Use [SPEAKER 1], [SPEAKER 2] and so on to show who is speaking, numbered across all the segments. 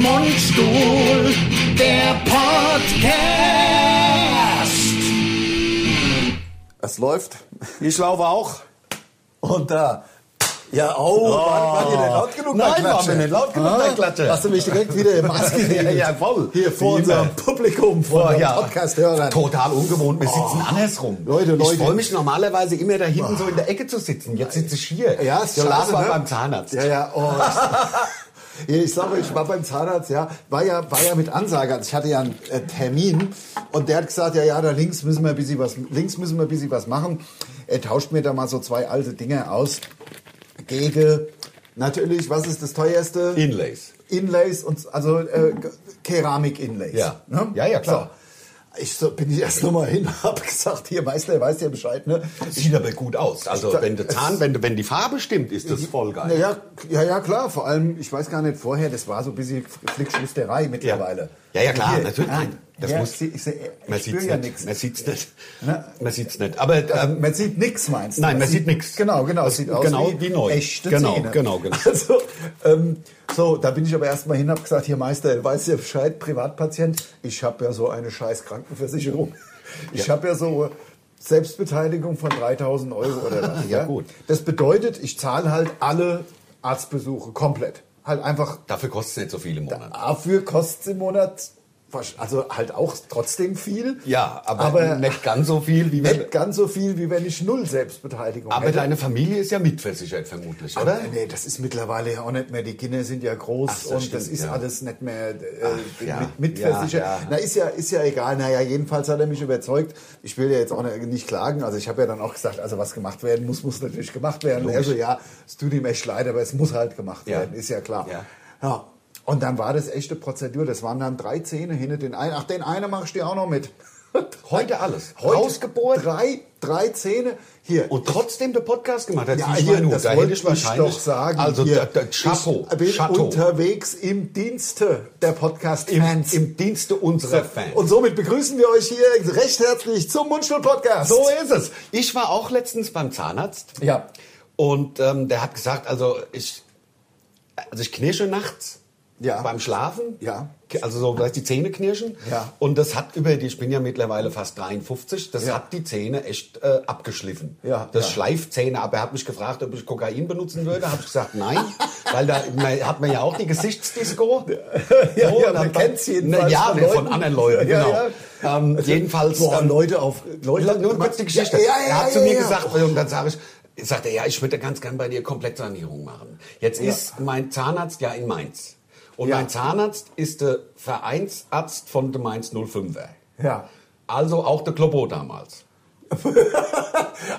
[SPEAKER 1] Mundstuhl, der Podcast.
[SPEAKER 2] Es läuft.
[SPEAKER 3] Ich laufe auch.
[SPEAKER 2] Und da. Ja, oh, oh. War, war dir denn laut genug
[SPEAKER 3] Nein,
[SPEAKER 2] beim
[SPEAKER 3] war
[SPEAKER 2] Klatschen?
[SPEAKER 3] mir nicht laut genug beim Klatschen.
[SPEAKER 2] Hast du mich direkt wieder im Maß geredet?
[SPEAKER 3] Ja, jawohl.
[SPEAKER 2] Hier vor
[SPEAKER 3] Wie
[SPEAKER 2] unserem
[SPEAKER 3] immer.
[SPEAKER 2] Publikum, vor unseren
[SPEAKER 3] ja.
[SPEAKER 2] Podcast-Hörern. Oh.
[SPEAKER 3] Total ungewohnt, wir sitzen andersrum.
[SPEAKER 2] Leute, Leute. Oh.
[SPEAKER 3] Ich freue mich normalerweise immer da hinten so in der Ecke zu sitzen. Jetzt sitze ich hier.
[SPEAKER 2] Ja, ist
[SPEAKER 3] der
[SPEAKER 2] schade,
[SPEAKER 3] Lars war
[SPEAKER 2] ne?
[SPEAKER 3] beim Zahnarzt.
[SPEAKER 2] Ja, ja. Oh, ich, ich sage, euch, ich war beim Zahnarzt, ja, war ja, war ja mit Ansage. Also ich hatte ja einen äh, Termin und der hat gesagt, ja, ja, da links müssen wir ein bisschen was, links müssen wir ein bisschen was machen. Er tauscht mir da mal so zwei alte Dinge aus gegen natürlich, was ist das teuerste?
[SPEAKER 3] Inlays.
[SPEAKER 2] Inlays und also äh, Keramik-Inlays.
[SPEAKER 3] Mhm. Ja. Ja, ja, klar.
[SPEAKER 2] ne? So. Ich so, bin ich erst nochmal hin, hab gesagt, hier Meister, weiß ja Bescheid, ne?
[SPEAKER 3] Sieht aber gut aus. Also
[SPEAKER 2] Ich-
[SPEAKER 3] wenn, der Zahn, wenn, wenn die Farbe stimmt, ist das voll geil.
[SPEAKER 2] Naja, ja, ja, klar. Vor allem, ich weiß gar nicht, vorher, das war so ein bisschen Flickschlisterei mittlerweile.
[SPEAKER 3] Ja, ja, klar,
[SPEAKER 2] Hier,
[SPEAKER 3] natürlich.
[SPEAKER 2] Nein,
[SPEAKER 3] Das
[SPEAKER 2] ja,
[SPEAKER 3] muss-
[SPEAKER 2] ich seh- ich, seh- ich
[SPEAKER 3] Man
[SPEAKER 2] spür
[SPEAKER 3] sieht's
[SPEAKER 2] ja
[SPEAKER 3] nicht.
[SPEAKER 2] nichts.
[SPEAKER 3] Man sieht's nicht.
[SPEAKER 2] Na?
[SPEAKER 3] Man sieht's nicht. Aber ähm,
[SPEAKER 2] Man sieht nichts, meinst du?
[SPEAKER 3] Nein, man sieht nix.
[SPEAKER 2] Genau, genau. Es sieht aus
[SPEAKER 3] Genau
[SPEAKER 2] wie,
[SPEAKER 3] wie neu.
[SPEAKER 2] Echte
[SPEAKER 3] Genau,
[SPEAKER 2] Zähne.
[SPEAKER 3] genau, genau.
[SPEAKER 2] Also, ähm, so, da bin ich aber erstmal hin, hab gesagt, hier Meister, weißt du Bescheid, Privatpatient, ich habe ja so eine scheiß Krankenversicherung. Ich habe ja so Selbstbeteiligung von 3000 Euro oder was.
[SPEAKER 3] Ja, gut.
[SPEAKER 2] Das bedeutet, ich zahle halt alle Arztbesuche komplett. Halt einfach
[SPEAKER 3] dafür kostet es nicht so viel im Monat.
[SPEAKER 2] Dafür kostet es im Monat, versch- also halt auch trotzdem viel.
[SPEAKER 3] Ja, aber, nicht ganz so viel, wie wenn...
[SPEAKER 2] nicht ganz so viel, wie wenn ich null Selbstbeteiligung
[SPEAKER 3] Aber
[SPEAKER 2] hätte.
[SPEAKER 3] deine Familie ist ja mitversichert vermutlich, oder?
[SPEAKER 2] Aber, Nee, das ist mittlerweile ja auch nicht mehr. Die Kinder sind ja groß
[SPEAKER 3] Ach, das
[SPEAKER 2] und
[SPEAKER 3] stimmt,
[SPEAKER 2] das ist
[SPEAKER 3] ja.
[SPEAKER 2] alles nicht mehr äh,
[SPEAKER 3] Ach, ja,
[SPEAKER 2] mit, mitversichert.
[SPEAKER 3] ja, ja.
[SPEAKER 2] Na, ist ja, ist ja egal. Naja, jedenfalls hat er mich überzeugt. Ich will ja jetzt auch nicht klagen. Also ich habe ja dann auch gesagt, also was gemacht werden muss, muss natürlich gemacht werden. Und er so, ja, es tut ihm echt leid, aber es muss halt gemacht
[SPEAKER 3] Ja.
[SPEAKER 2] werden. Ist ja klar.
[SPEAKER 3] Ja.
[SPEAKER 2] ja. Und dann war das echte Prozedur. Das waren dann drei Zähne hinter den einen. Ach, den einen mache ich dir auch noch mit.
[SPEAKER 3] Heute alles.
[SPEAKER 2] Heute
[SPEAKER 3] Rausgebohrt.
[SPEAKER 2] Drei, drei Zähne. Hier,
[SPEAKER 3] Und trotzdem den Podcast gemacht hat.
[SPEAKER 2] ja,
[SPEAKER 3] Siehst du,
[SPEAKER 2] hier,
[SPEAKER 3] Manu,
[SPEAKER 2] das
[SPEAKER 3] da hätte
[SPEAKER 2] wollte
[SPEAKER 3] ich
[SPEAKER 2] ich
[SPEAKER 3] wahrscheinlich.
[SPEAKER 2] doch sagen.
[SPEAKER 3] Also,
[SPEAKER 2] hier,
[SPEAKER 3] da, da, Chapeau.
[SPEAKER 2] Ich bin
[SPEAKER 3] Chateau.
[SPEAKER 2] unterwegs im Dienste der
[SPEAKER 3] Im,
[SPEAKER 2] Podcast-Fans.
[SPEAKER 3] Im Dienste unserer Fans.
[SPEAKER 2] Und somit begrüßen wir euch hier recht herzlich zum Mundstuhl-Podcast.
[SPEAKER 3] so ist es. Ich war auch letztens beim Zahnarzt.
[SPEAKER 2] Ja.
[SPEAKER 3] Und ähm, der hat gesagt, also ich, also ich knirsche nachts
[SPEAKER 2] Ja.
[SPEAKER 3] beim Schlafen.
[SPEAKER 2] Ja.
[SPEAKER 3] Also so, dass die Zähne knirschen.
[SPEAKER 2] Ja.
[SPEAKER 3] Und das hat über die, ich bin ja mittlerweile fast 53, das
[SPEAKER 2] Ja.
[SPEAKER 3] hat die Zähne echt äh, abgeschliffen.
[SPEAKER 2] Ja,
[SPEAKER 3] Das
[SPEAKER 2] ja.
[SPEAKER 3] schleift Zähne ab. Er hat mich gefragt, ob ich Kokain benutzen würde. Habe ich gesagt, nein. weil da man, hat man ja auch die Gesichtsdisco.
[SPEAKER 2] Ja, ja,
[SPEAKER 3] und
[SPEAKER 2] man
[SPEAKER 3] hat dann-
[SPEAKER 2] kennt's jedenfalls
[SPEAKER 3] Na, Ja,
[SPEAKER 2] von
[SPEAKER 3] von, von
[SPEAKER 2] Leuten.
[SPEAKER 3] anderen Leuten,
[SPEAKER 2] Ja,
[SPEAKER 3] genau.
[SPEAKER 2] ja.
[SPEAKER 3] Ähm, jedenfalls...
[SPEAKER 2] Boah,
[SPEAKER 3] ähm,
[SPEAKER 2] Leute auf... Leute,
[SPEAKER 3] nur kurz die Geschichte.
[SPEAKER 2] Ja, ja, ja,
[SPEAKER 3] er hat
[SPEAKER 2] ja,
[SPEAKER 3] zu mir
[SPEAKER 2] ja.
[SPEAKER 3] gesagt, und dann sage ich, sagt er, ja, ich würde ganz gern bei dir Komplettsanierung machen. Jetzt
[SPEAKER 2] Ja.
[SPEAKER 3] ist mein Zahnarzt ja in Mainz. Und
[SPEAKER 2] Ja.
[SPEAKER 3] mein Zahnarzt ist der Vereinsarzt von der Mainz 05er.
[SPEAKER 2] Ja.
[SPEAKER 3] Also auch der Kloppo damals.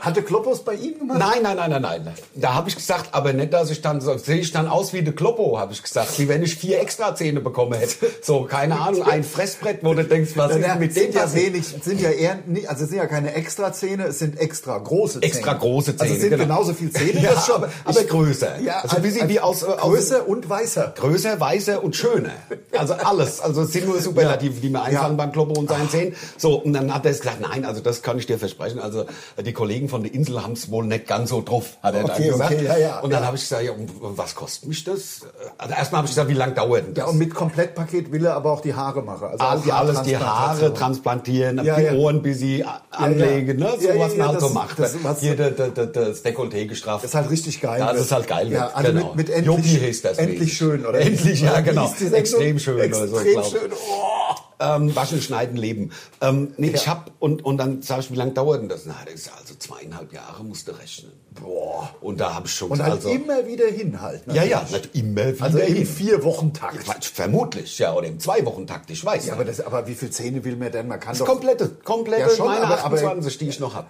[SPEAKER 2] Hatte Kloppos bei ihm gemacht?
[SPEAKER 3] Nein, nein, nein, nein, nein. Da habe ich gesagt, aber nicht, dass ich dann so, sehe ich dann aus wie der Kloppo, habe ich gesagt. Wie wenn ich vier extra Zähne bekommen hätte. So, keine Ahnung, ein Fressbrett, wo du denkst, was ist
[SPEAKER 2] Ja,
[SPEAKER 3] denn mit dem
[SPEAKER 2] sind Also ja
[SPEAKER 3] passiert?
[SPEAKER 2] wenig, sind ja eher, nie- also es sind ja keine extra Zähne, es sind extra große Zähne.
[SPEAKER 3] Extra große Zähne,
[SPEAKER 2] Also es sind
[SPEAKER 3] genau.
[SPEAKER 2] genauso viele Zähne,
[SPEAKER 3] Ja,
[SPEAKER 2] das schon,
[SPEAKER 3] aber- aber größer.
[SPEAKER 2] Ja,
[SPEAKER 3] Also wie sie- wie aus- aus-
[SPEAKER 2] größer und weißer.
[SPEAKER 3] größer, weißer und schöner. Also alles. Also es sind nur Superlative, die mir einfallen
[SPEAKER 2] Ja.
[SPEAKER 3] beim Kloppo und seinen Zähnen. So, und dann hat er es gesagt, nein, also das kann ich dir versprechen. Also die Kollegen von der Insel haben es wohl nicht ganz so drauf, hat er
[SPEAKER 2] Okay,
[SPEAKER 3] dann gesagt.
[SPEAKER 2] okay, ja, ja,
[SPEAKER 3] und dann
[SPEAKER 2] ja.
[SPEAKER 3] habe ich gesagt, ja, und was kostet mich das? Also erstmal habe ich gesagt, wie lange dauert denn das?
[SPEAKER 2] Ja, und mit Komplettpaket will er aber auch die Haare machen. Also
[SPEAKER 3] Also
[SPEAKER 2] auch
[SPEAKER 3] alles, die Haare
[SPEAKER 2] Haartransplantation.
[SPEAKER 3] transplantieren,
[SPEAKER 2] Ja,
[SPEAKER 3] die
[SPEAKER 2] ja.
[SPEAKER 3] Ohren bis sie anlegen,
[SPEAKER 2] ja.
[SPEAKER 3] ne? so
[SPEAKER 2] Ja, ja,
[SPEAKER 3] was
[SPEAKER 2] ja,
[SPEAKER 3] man halt
[SPEAKER 2] das-
[SPEAKER 3] so macht.
[SPEAKER 2] das- was-
[SPEAKER 3] Hier der- der- der- das Dekolleté gestraft.
[SPEAKER 2] Das ist halt richtig geil.
[SPEAKER 3] Ja, das ist halt geil.
[SPEAKER 2] Ja,
[SPEAKER 3] wird,
[SPEAKER 2] also
[SPEAKER 3] genau.
[SPEAKER 2] mit, mit
[SPEAKER 3] Yogi
[SPEAKER 2] endlich,
[SPEAKER 3] hieß das Mädchen.
[SPEAKER 2] endlich schön, oder?
[SPEAKER 3] Endlich, ja,
[SPEAKER 2] Oder wie
[SPEAKER 3] genau.
[SPEAKER 2] hieß die Sendung?
[SPEAKER 3] Extrem schön oder so,
[SPEAKER 2] Extrem
[SPEAKER 3] glaub ich.
[SPEAKER 2] schön. Oh.
[SPEAKER 3] Ähm, waschen, schneiden, leben. Ähm, nee, ich hab, und, und dann sag ich, wie lange dauert denn das? Na, das ist also zweieinhalb Jahre musst du rechnen. Boah. Und da hab ich schon
[SPEAKER 2] Und halt
[SPEAKER 3] also,
[SPEAKER 2] immer wieder hinhalten.
[SPEAKER 3] Ja, ja, nicht immer wieder
[SPEAKER 2] Also im
[SPEAKER 3] hin.
[SPEAKER 2] vier Wochen Takt.
[SPEAKER 3] Quatsch, Vermutlich, ja, oder im Zwei-Wochen-Takt, ich weiß.
[SPEAKER 2] Ja, aber, das, aber wie viel Zähne will man denn? Man kann
[SPEAKER 3] Das
[SPEAKER 2] doch...
[SPEAKER 3] komplette, komplette
[SPEAKER 2] Ja, schon,
[SPEAKER 3] meine
[SPEAKER 2] aber- aber-
[SPEAKER 3] 28, die ich noch hab.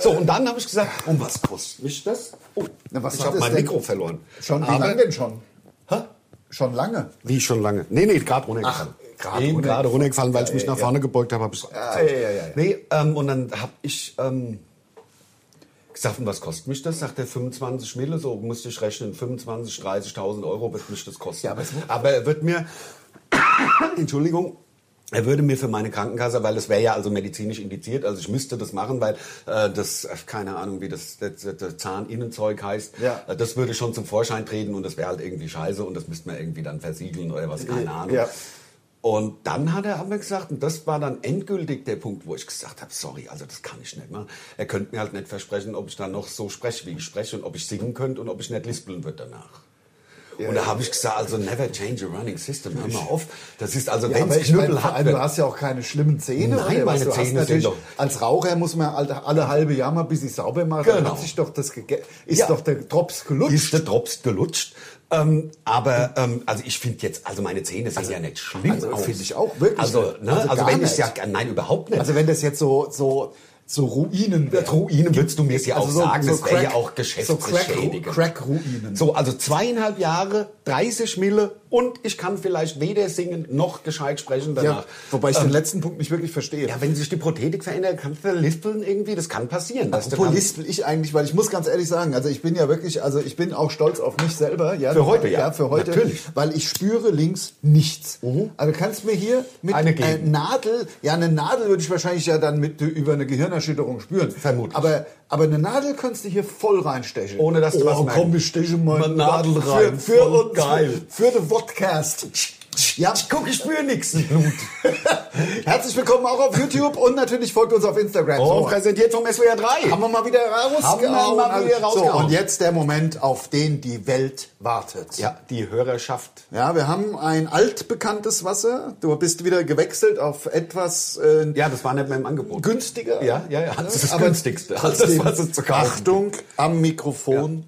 [SPEAKER 3] So, und dann habe ich gesagt, um was kostet mich das? Oh,
[SPEAKER 2] Na, was
[SPEAKER 3] ich
[SPEAKER 2] hat
[SPEAKER 3] habe
[SPEAKER 2] es
[SPEAKER 3] mein
[SPEAKER 2] denn?
[SPEAKER 3] Mikro verloren.
[SPEAKER 2] Schon, wie
[SPEAKER 3] Aber-
[SPEAKER 2] lange denn schon?
[SPEAKER 3] Hä?
[SPEAKER 2] Schon lange.
[SPEAKER 3] Wie schon lange? Nee, nee, gerade runtergefallen.
[SPEAKER 2] Ach, gerade
[SPEAKER 3] Eben
[SPEAKER 2] runtergefallen.
[SPEAKER 3] gerade runtergefallen, weil ich mich nach vorne gebeugt habe. Hab ich
[SPEAKER 2] ja, ja, ja, ja.
[SPEAKER 3] Nee, ähm, und dann habe ich ähm, gesagt, und was kostet mich das? Sagt er 25 Mille, so musste ich rechnen. 25, 30.000 Euro wird mich das kosten.
[SPEAKER 2] Ja, aber es mu-
[SPEAKER 3] er wird mir, Entschuldigung, Er würde mir für meine Krankenkasse, weil das wäre ja also medizinisch indiziert, also ich müsste das machen, weil äh, das, äh, keine Ahnung, wie das, das, das- das Zahninnenzeug heißt,
[SPEAKER 2] Ja.
[SPEAKER 3] äh, das würde schon zum Vorschein treten und das wäre halt irgendwie scheiße und das müsste man irgendwie dann versiegeln oder was, keine Ahnung.
[SPEAKER 2] Ja.
[SPEAKER 3] Und dann hat er aber gesagt, und das war dann endgültig der Punkt, wo ich gesagt habe, sorry, also das kann ich nicht machen. Er könnte mir halt nicht versprechen, ob ich dann noch so spreche, wie ich spreche und ob ich singen könnte und ob ich nicht lispeln würde danach. und da habe ich gesagt, also never change a running system, hör mal auf. Das ist also, wenn
[SPEAKER 2] aber
[SPEAKER 3] es
[SPEAKER 2] ich meine,
[SPEAKER 3] Knüppel
[SPEAKER 2] vor
[SPEAKER 3] hat,
[SPEAKER 2] allem, du hast ja auch keine schlimmen Zähne.
[SPEAKER 3] Nein,
[SPEAKER 2] oder was?
[SPEAKER 3] meine
[SPEAKER 2] du
[SPEAKER 3] Zähne
[SPEAKER 2] hast
[SPEAKER 3] sind
[SPEAKER 2] natürlich,
[SPEAKER 3] doch-
[SPEAKER 2] Als Raucher muss man alle, alle halbe Jahr mal ein bisschen sauber machen. Dann
[SPEAKER 3] Genau.
[SPEAKER 2] Hat sich doch das gege- ist
[SPEAKER 3] Ja.
[SPEAKER 2] doch der Drops gelutscht.
[SPEAKER 3] ist der Drops gelutscht. Ähm, aber ähm, also ich finde jetzt, also meine Zähne sehen ja nicht schlimm
[SPEAKER 2] also
[SPEAKER 3] aus.
[SPEAKER 2] finde ich auch wirklich
[SPEAKER 3] Also,
[SPEAKER 2] nicht.
[SPEAKER 3] ne,
[SPEAKER 2] Also
[SPEAKER 3] also,
[SPEAKER 2] gar
[SPEAKER 3] wenn ich
[SPEAKER 2] nicht.
[SPEAKER 3] ja, nein, überhaupt nicht.
[SPEAKER 2] Also wenn das jetzt so so so Ruinen
[SPEAKER 3] Mit Ruinen würdest du mir es ja auch
[SPEAKER 2] Also so-
[SPEAKER 3] sagen,
[SPEAKER 2] so
[SPEAKER 3] das wäre
[SPEAKER 2] Crack-
[SPEAKER 3] ja auch
[SPEAKER 2] so Crack-
[SPEAKER 3] geschäftsschädigend.
[SPEAKER 2] Crack-Ruinen.
[SPEAKER 3] So, also zweieinhalb Jahre, 30 Mille und ich kann vielleicht weder singen noch gescheit sprechen danach.
[SPEAKER 2] Ja, wobei ich den letzten Punkt nicht wirklich verstehe.
[SPEAKER 3] Ja, wenn sich die Prothetik verändert, kannst du lispeln irgendwie, das kann passieren. dass du dann-
[SPEAKER 2] Apropos lispel ich eigentlich, weil ich muss ganz ehrlich sagen, also ich bin ja wirklich, also ich bin auch stolz auf mich selber. Ja,
[SPEAKER 3] Für heute, ja.
[SPEAKER 2] für heute.
[SPEAKER 3] Natürlich. Mhm.
[SPEAKER 2] Weil ich spüre links nichts. Also du kannst mir hier mit
[SPEAKER 3] Eine
[SPEAKER 2] einer
[SPEAKER 3] geben.
[SPEAKER 2] Nadel, ja, eine Nadel würde ich wahrscheinlich ja dann mit über eine Gehirnerschütterung spüren.
[SPEAKER 3] Vermutlich.
[SPEAKER 2] Aber, aber eine Nadel kannst du hier voll reinstechen. Oh,
[SPEAKER 3] Ohne dass du was merkst.
[SPEAKER 2] komm, ich steche mal
[SPEAKER 3] Eine Nadel rein.
[SPEAKER 2] Für, für
[SPEAKER 3] Voll
[SPEAKER 2] uns,
[SPEAKER 3] geil.
[SPEAKER 2] für den Podcast. Ja,
[SPEAKER 3] Guck, ich spüre nichts im Blut.
[SPEAKER 2] herzlich willkommen auch auf YouTube und natürlich folgt uns auf Instagram.
[SPEAKER 3] Oh,
[SPEAKER 2] So.
[SPEAKER 3] präsentiert vom SWR 3.
[SPEAKER 2] Haben wir mal wieder rausgehauen.
[SPEAKER 3] Haben wir mal wieder rausgehauen.
[SPEAKER 2] So, und jetzt der Moment, auf den die Welt wartet.
[SPEAKER 3] Ja, die Hörerschaft.
[SPEAKER 2] Ja, wir haben ein altbekanntes Wasser. Du bist wieder gewechselt auf etwas äh,
[SPEAKER 3] Ja, das war nicht mehr im Angebot.
[SPEAKER 2] günstiger.
[SPEAKER 3] Ja, ja, ja. Also Das ist das
[SPEAKER 2] Aber
[SPEAKER 3] günstigste. Das,
[SPEAKER 2] trotzdem,
[SPEAKER 3] was es zu kaufen.
[SPEAKER 2] Achtung am Mikrofon.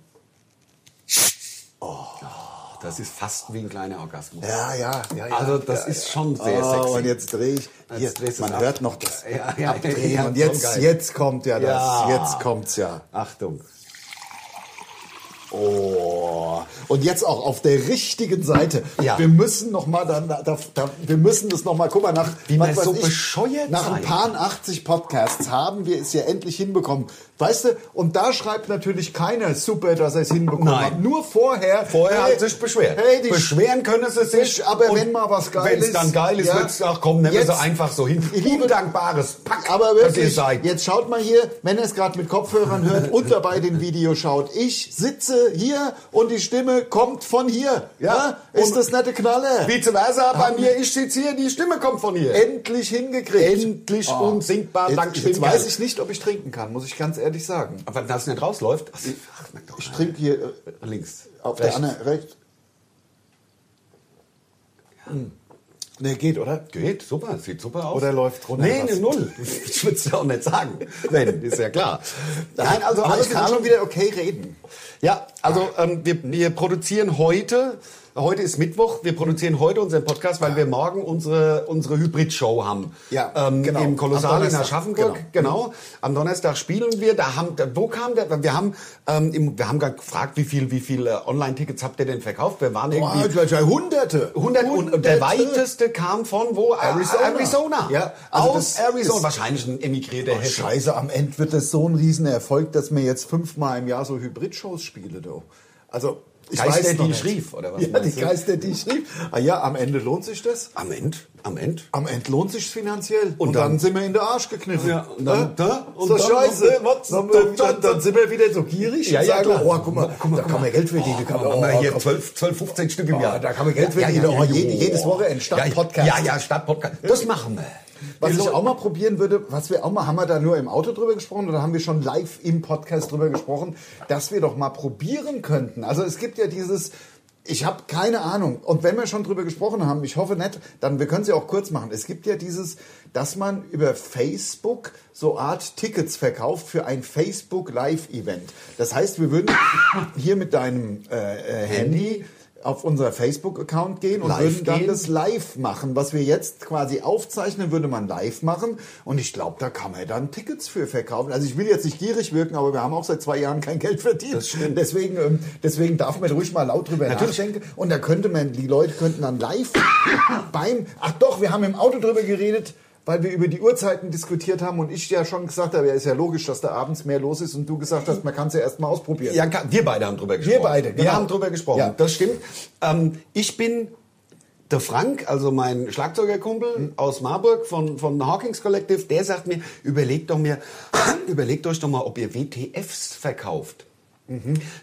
[SPEAKER 3] Das ist fast wie ein kleiner Orgasmus.
[SPEAKER 2] Ja, ja, ja. ja
[SPEAKER 3] Also das
[SPEAKER 2] ja,
[SPEAKER 3] ist schon sehr
[SPEAKER 2] oh,
[SPEAKER 3] sexy.
[SPEAKER 2] Und jetzt drehe ich.
[SPEAKER 3] Jetzt
[SPEAKER 2] Hier,
[SPEAKER 3] drehst du's
[SPEAKER 2] man
[SPEAKER 3] ab.
[SPEAKER 2] hört noch das
[SPEAKER 3] Ja, ja,
[SPEAKER 2] Abdrehen.
[SPEAKER 3] ja,
[SPEAKER 2] und
[SPEAKER 3] voll
[SPEAKER 2] jetzt,
[SPEAKER 3] geil.
[SPEAKER 2] jetzt kommt ja das.
[SPEAKER 3] Ja.
[SPEAKER 2] Jetzt kommt's ja.
[SPEAKER 3] Achtung.
[SPEAKER 2] Oh. Und jetzt auch auf der richtigen Seite.
[SPEAKER 3] Ja.
[SPEAKER 2] Wir müssen noch mal dann, da, da, wir müssen das noch mal. Guck mal nach.
[SPEAKER 3] Wie
[SPEAKER 2] was
[SPEAKER 3] man
[SPEAKER 2] weiß
[SPEAKER 3] so bescheuert
[SPEAKER 2] Nach ein
[SPEAKER 3] sei.
[SPEAKER 2] paar 80 Podcasts haben wir es ja endlich hinbekommen. Weißt du? Und da schreibt natürlich keiner super, dass er es hinbekommen
[SPEAKER 3] Nein.
[SPEAKER 2] hat. Nur vorher.
[SPEAKER 3] Vorher
[SPEAKER 2] hey,
[SPEAKER 3] hat sich beschwert.
[SPEAKER 2] Hey, die
[SPEAKER 3] Beschweren können sie sich.
[SPEAKER 2] Sch- aber
[SPEAKER 3] und
[SPEAKER 2] wenn mal was geil
[SPEAKER 3] wenn's
[SPEAKER 2] ist,
[SPEAKER 3] dann geil ist,
[SPEAKER 2] ja.
[SPEAKER 3] wird's auch kommen, nehmen wir
[SPEAKER 2] Jetzt-
[SPEAKER 3] sie einfach so hin.
[SPEAKER 2] Ich liebe-
[SPEAKER 3] Undankbares Pack,
[SPEAKER 2] Aber
[SPEAKER 3] dass ihr
[SPEAKER 2] wirklich,
[SPEAKER 3] seid.
[SPEAKER 2] jetzt schaut mal hier, wenn ihr es gerade mit Kopfhörern hört und dabei den Video schaut. Ich sitze hier und die Stimme kommt von hier. Ja? Ist
[SPEAKER 3] Und-
[SPEAKER 2] das nette Knalle?
[SPEAKER 3] Vice versa, bei mir, ich sitze hier, die Stimme kommt von hier.
[SPEAKER 2] Endlich hingekriegt.
[SPEAKER 3] Endlich
[SPEAKER 2] Oh,
[SPEAKER 3] unsingbar,
[SPEAKER 2] jetzt,
[SPEAKER 3] dank
[SPEAKER 2] Jetzt
[SPEAKER 3] Stimmgeil.
[SPEAKER 2] weiß ich nicht, ob ich trinken kann, muss ich ganz ehrlich sagen.
[SPEAKER 3] Aber wenn das nicht rausläuft, ach, merkt doch
[SPEAKER 2] Ich
[SPEAKER 3] einer.
[SPEAKER 2] trinke hier äh,
[SPEAKER 3] links.
[SPEAKER 2] auf
[SPEAKER 3] Rechts.
[SPEAKER 2] der anderen rechts. Hm. Nee, geht, oder?
[SPEAKER 3] Geht, super, sieht super aus.
[SPEAKER 2] Oder läuft runter
[SPEAKER 3] Nee,
[SPEAKER 2] was?
[SPEAKER 3] eine Null. Ich würde es ja auch nicht sagen. Nein, ist ja klar. Nein, also
[SPEAKER 2] Aber
[SPEAKER 3] alles
[SPEAKER 2] ich kann
[SPEAKER 3] in
[SPEAKER 2] schon wieder okay reden.
[SPEAKER 3] Ja, also ähm, wir, wir produzieren heute, heute ist Mittwoch, wir produzieren heute unseren Podcast, weil wir morgen unsere, unsere Hybrid-Show haben.
[SPEAKER 2] Ja,
[SPEAKER 3] ähm,
[SPEAKER 2] genau.
[SPEAKER 3] Im
[SPEAKER 2] Am
[SPEAKER 3] Kolossal in
[SPEAKER 2] Donnerstag,
[SPEAKER 3] Aschaffenburg. Genau. Am Donnerstag spielen wir. Da haben, da, wo kam der? Wir haben, ähm, im, wir haben gerade gefragt, wie viel, wie viel äh, Online-Tickets habt ihr denn verkauft? Wir waren irgendwie.
[SPEAKER 2] Boah, gleich Hunderte.
[SPEAKER 3] 100 und, und der weiteste kam von wo?
[SPEAKER 2] Arizona.
[SPEAKER 3] Arizona.
[SPEAKER 2] Ja, also
[SPEAKER 3] Aus
[SPEAKER 2] das-
[SPEAKER 3] Arizona.
[SPEAKER 2] das-
[SPEAKER 3] Wahrscheinlich ein emigrierter
[SPEAKER 2] Oh,
[SPEAKER 3] Hesse.
[SPEAKER 2] Scheiße, am Ende wird das so ein Riesenerfolg, dass mir jetzt fünfmal im Jahr so Hybrid-Shows spiele. Du. Also, ich
[SPEAKER 3] Geister,
[SPEAKER 2] weiß noch
[SPEAKER 3] die
[SPEAKER 2] nicht.
[SPEAKER 3] ich rief, oder was
[SPEAKER 2] Ja,
[SPEAKER 3] meinst
[SPEAKER 2] die
[SPEAKER 3] du?
[SPEAKER 2] Geister, die ich rief. Ah ja, am Ende lohnt sich das.
[SPEAKER 3] Am Ende, am Ende.
[SPEAKER 2] Am Ende lohnt sich's finanziell.
[SPEAKER 3] Und dann-
[SPEAKER 2] sind wir in den Arsch gekniffen.
[SPEAKER 3] Ja, und dann-
[SPEAKER 2] Äh?
[SPEAKER 3] da?
[SPEAKER 2] Und
[SPEAKER 3] Und
[SPEAKER 2] so
[SPEAKER 3] dann-
[SPEAKER 2] scheiße.
[SPEAKER 3] was?
[SPEAKER 2] Dann,
[SPEAKER 3] Dann-
[SPEAKER 2] dann, dann sind wir wieder so gierig
[SPEAKER 3] Ja,
[SPEAKER 2] und
[SPEAKER 3] ja,
[SPEAKER 2] sagen,
[SPEAKER 3] klar.
[SPEAKER 2] oh, guck mal, Oh, da kann man Geld verdienen.
[SPEAKER 3] Da haben wir hier 12, 12, 15 Stück im
[SPEAKER 2] Oh,
[SPEAKER 3] Jahr.
[SPEAKER 2] da kann man Geld verdienen. Oh, jede- jedes Wochenende Stadtpodcast.
[SPEAKER 3] Ja, ja, Stadtpodcast. Das machen wir.
[SPEAKER 2] Was
[SPEAKER 3] Wir
[SPEAKER 2] ich
[SPEAKER 3] lo-
[SPEAKER 2] auch mal probieren würde, was wir auch mal, haben wir da nur im Auto drüber gesprochen oder haben wir schon live im Podcast drüber gesprochen, dass wir doch mal probieren könnten. Also es gibt ja dieses, ich habe keine Ahnung. Und wenn wir schon drüber gesprochen haben, ich hoffe nicht, dann wir können es ja auch kurz machen. Es gibt ja dieses, dass man über Facebook so Art Tickets verkauft für ein Facebook Live Event. Das heißt, wir würden hier mit deinem äh, äh, Handy auf unser Facebook-Account gehen und
[SPEAKER 3] Live
[SPEAKER 2] würden dann
[SPEAKER 3] gehen?
[SPEAKER 2] das live machen. Was wir jetzt quasi aufzeichnen, würde man live machen. Und ich glaube, da kann man dann Tickets für verkaufen. Also ich will jetzt nicht gierig wirken, aber wir haben auch seit zwei Jahren kein Geld verdient.
[SPEAKER 3] Das stimmt.
[SPEAKER 2] Deswegen, ähm, deswegen darf man ruhig mal laut drüber
[SPEAKER 3] Natürlich.
[SPEAKER 2] nachdenken. Und da könnte man, die Leute könnten dann live beim, ach doch, wir haben im Auto drüber geredet, weil wir über die Uhrzeiten diskutiert haben und ich ja schon gesagt habe, ja, ist ja logisch, dass da abends mehr los ist und du gesagt hast, man kann es ja erst mal ausprobieren.
[SPEAKER 3] Ja, ka- wir beide haben drüber gesprochen.
[SPEAKER 2] beide, genau.
[SPEAKER 3] Wir haben drüber gesprochen.
[SPEAKER 2] Ja.
[SPEAKER 3] Das stimmt. Ähm, ich bin der Frank, also mein Schlagzeugerkumpel aus Marburg von, von Hawkins Collective, der sagt mir, überlegt doch mir, überlegt euch doch mal, ob ihr WTFs verkauft.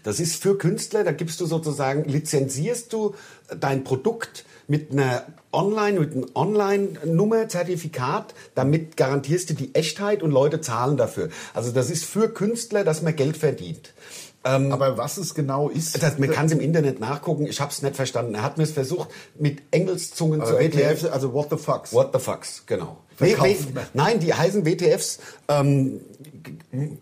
[SPEAKER 3] Das ist für Künstler, da gibst du sozusagen, lizenzierst du dein Produkt mit einer Online, mit einem Online-Nummer, Zertifikat, damit garantierst du die Echtheit und Leute zahlen dafür. Also das ist für Künstler, dass man Geld verdient.
[SPEAKER 2] Aber was es genau ist.
[SPEAKER 3] Das, man kann es im Internet nachgucken, ich habe es nicht verstanden. Er hat mir es versucht, mit Engelszungen zu
[SPEAKER 2] also,
[SPEAKER 3] erklären.
[SPEAKER 2] WTF, also what the fucks.
[SPEAKER 3] What the fucks, genau.
[SPEAKER 2] Verkaufen.
[SPEAKER 3] Nee, we- nein, die heißen WTFs, ähm,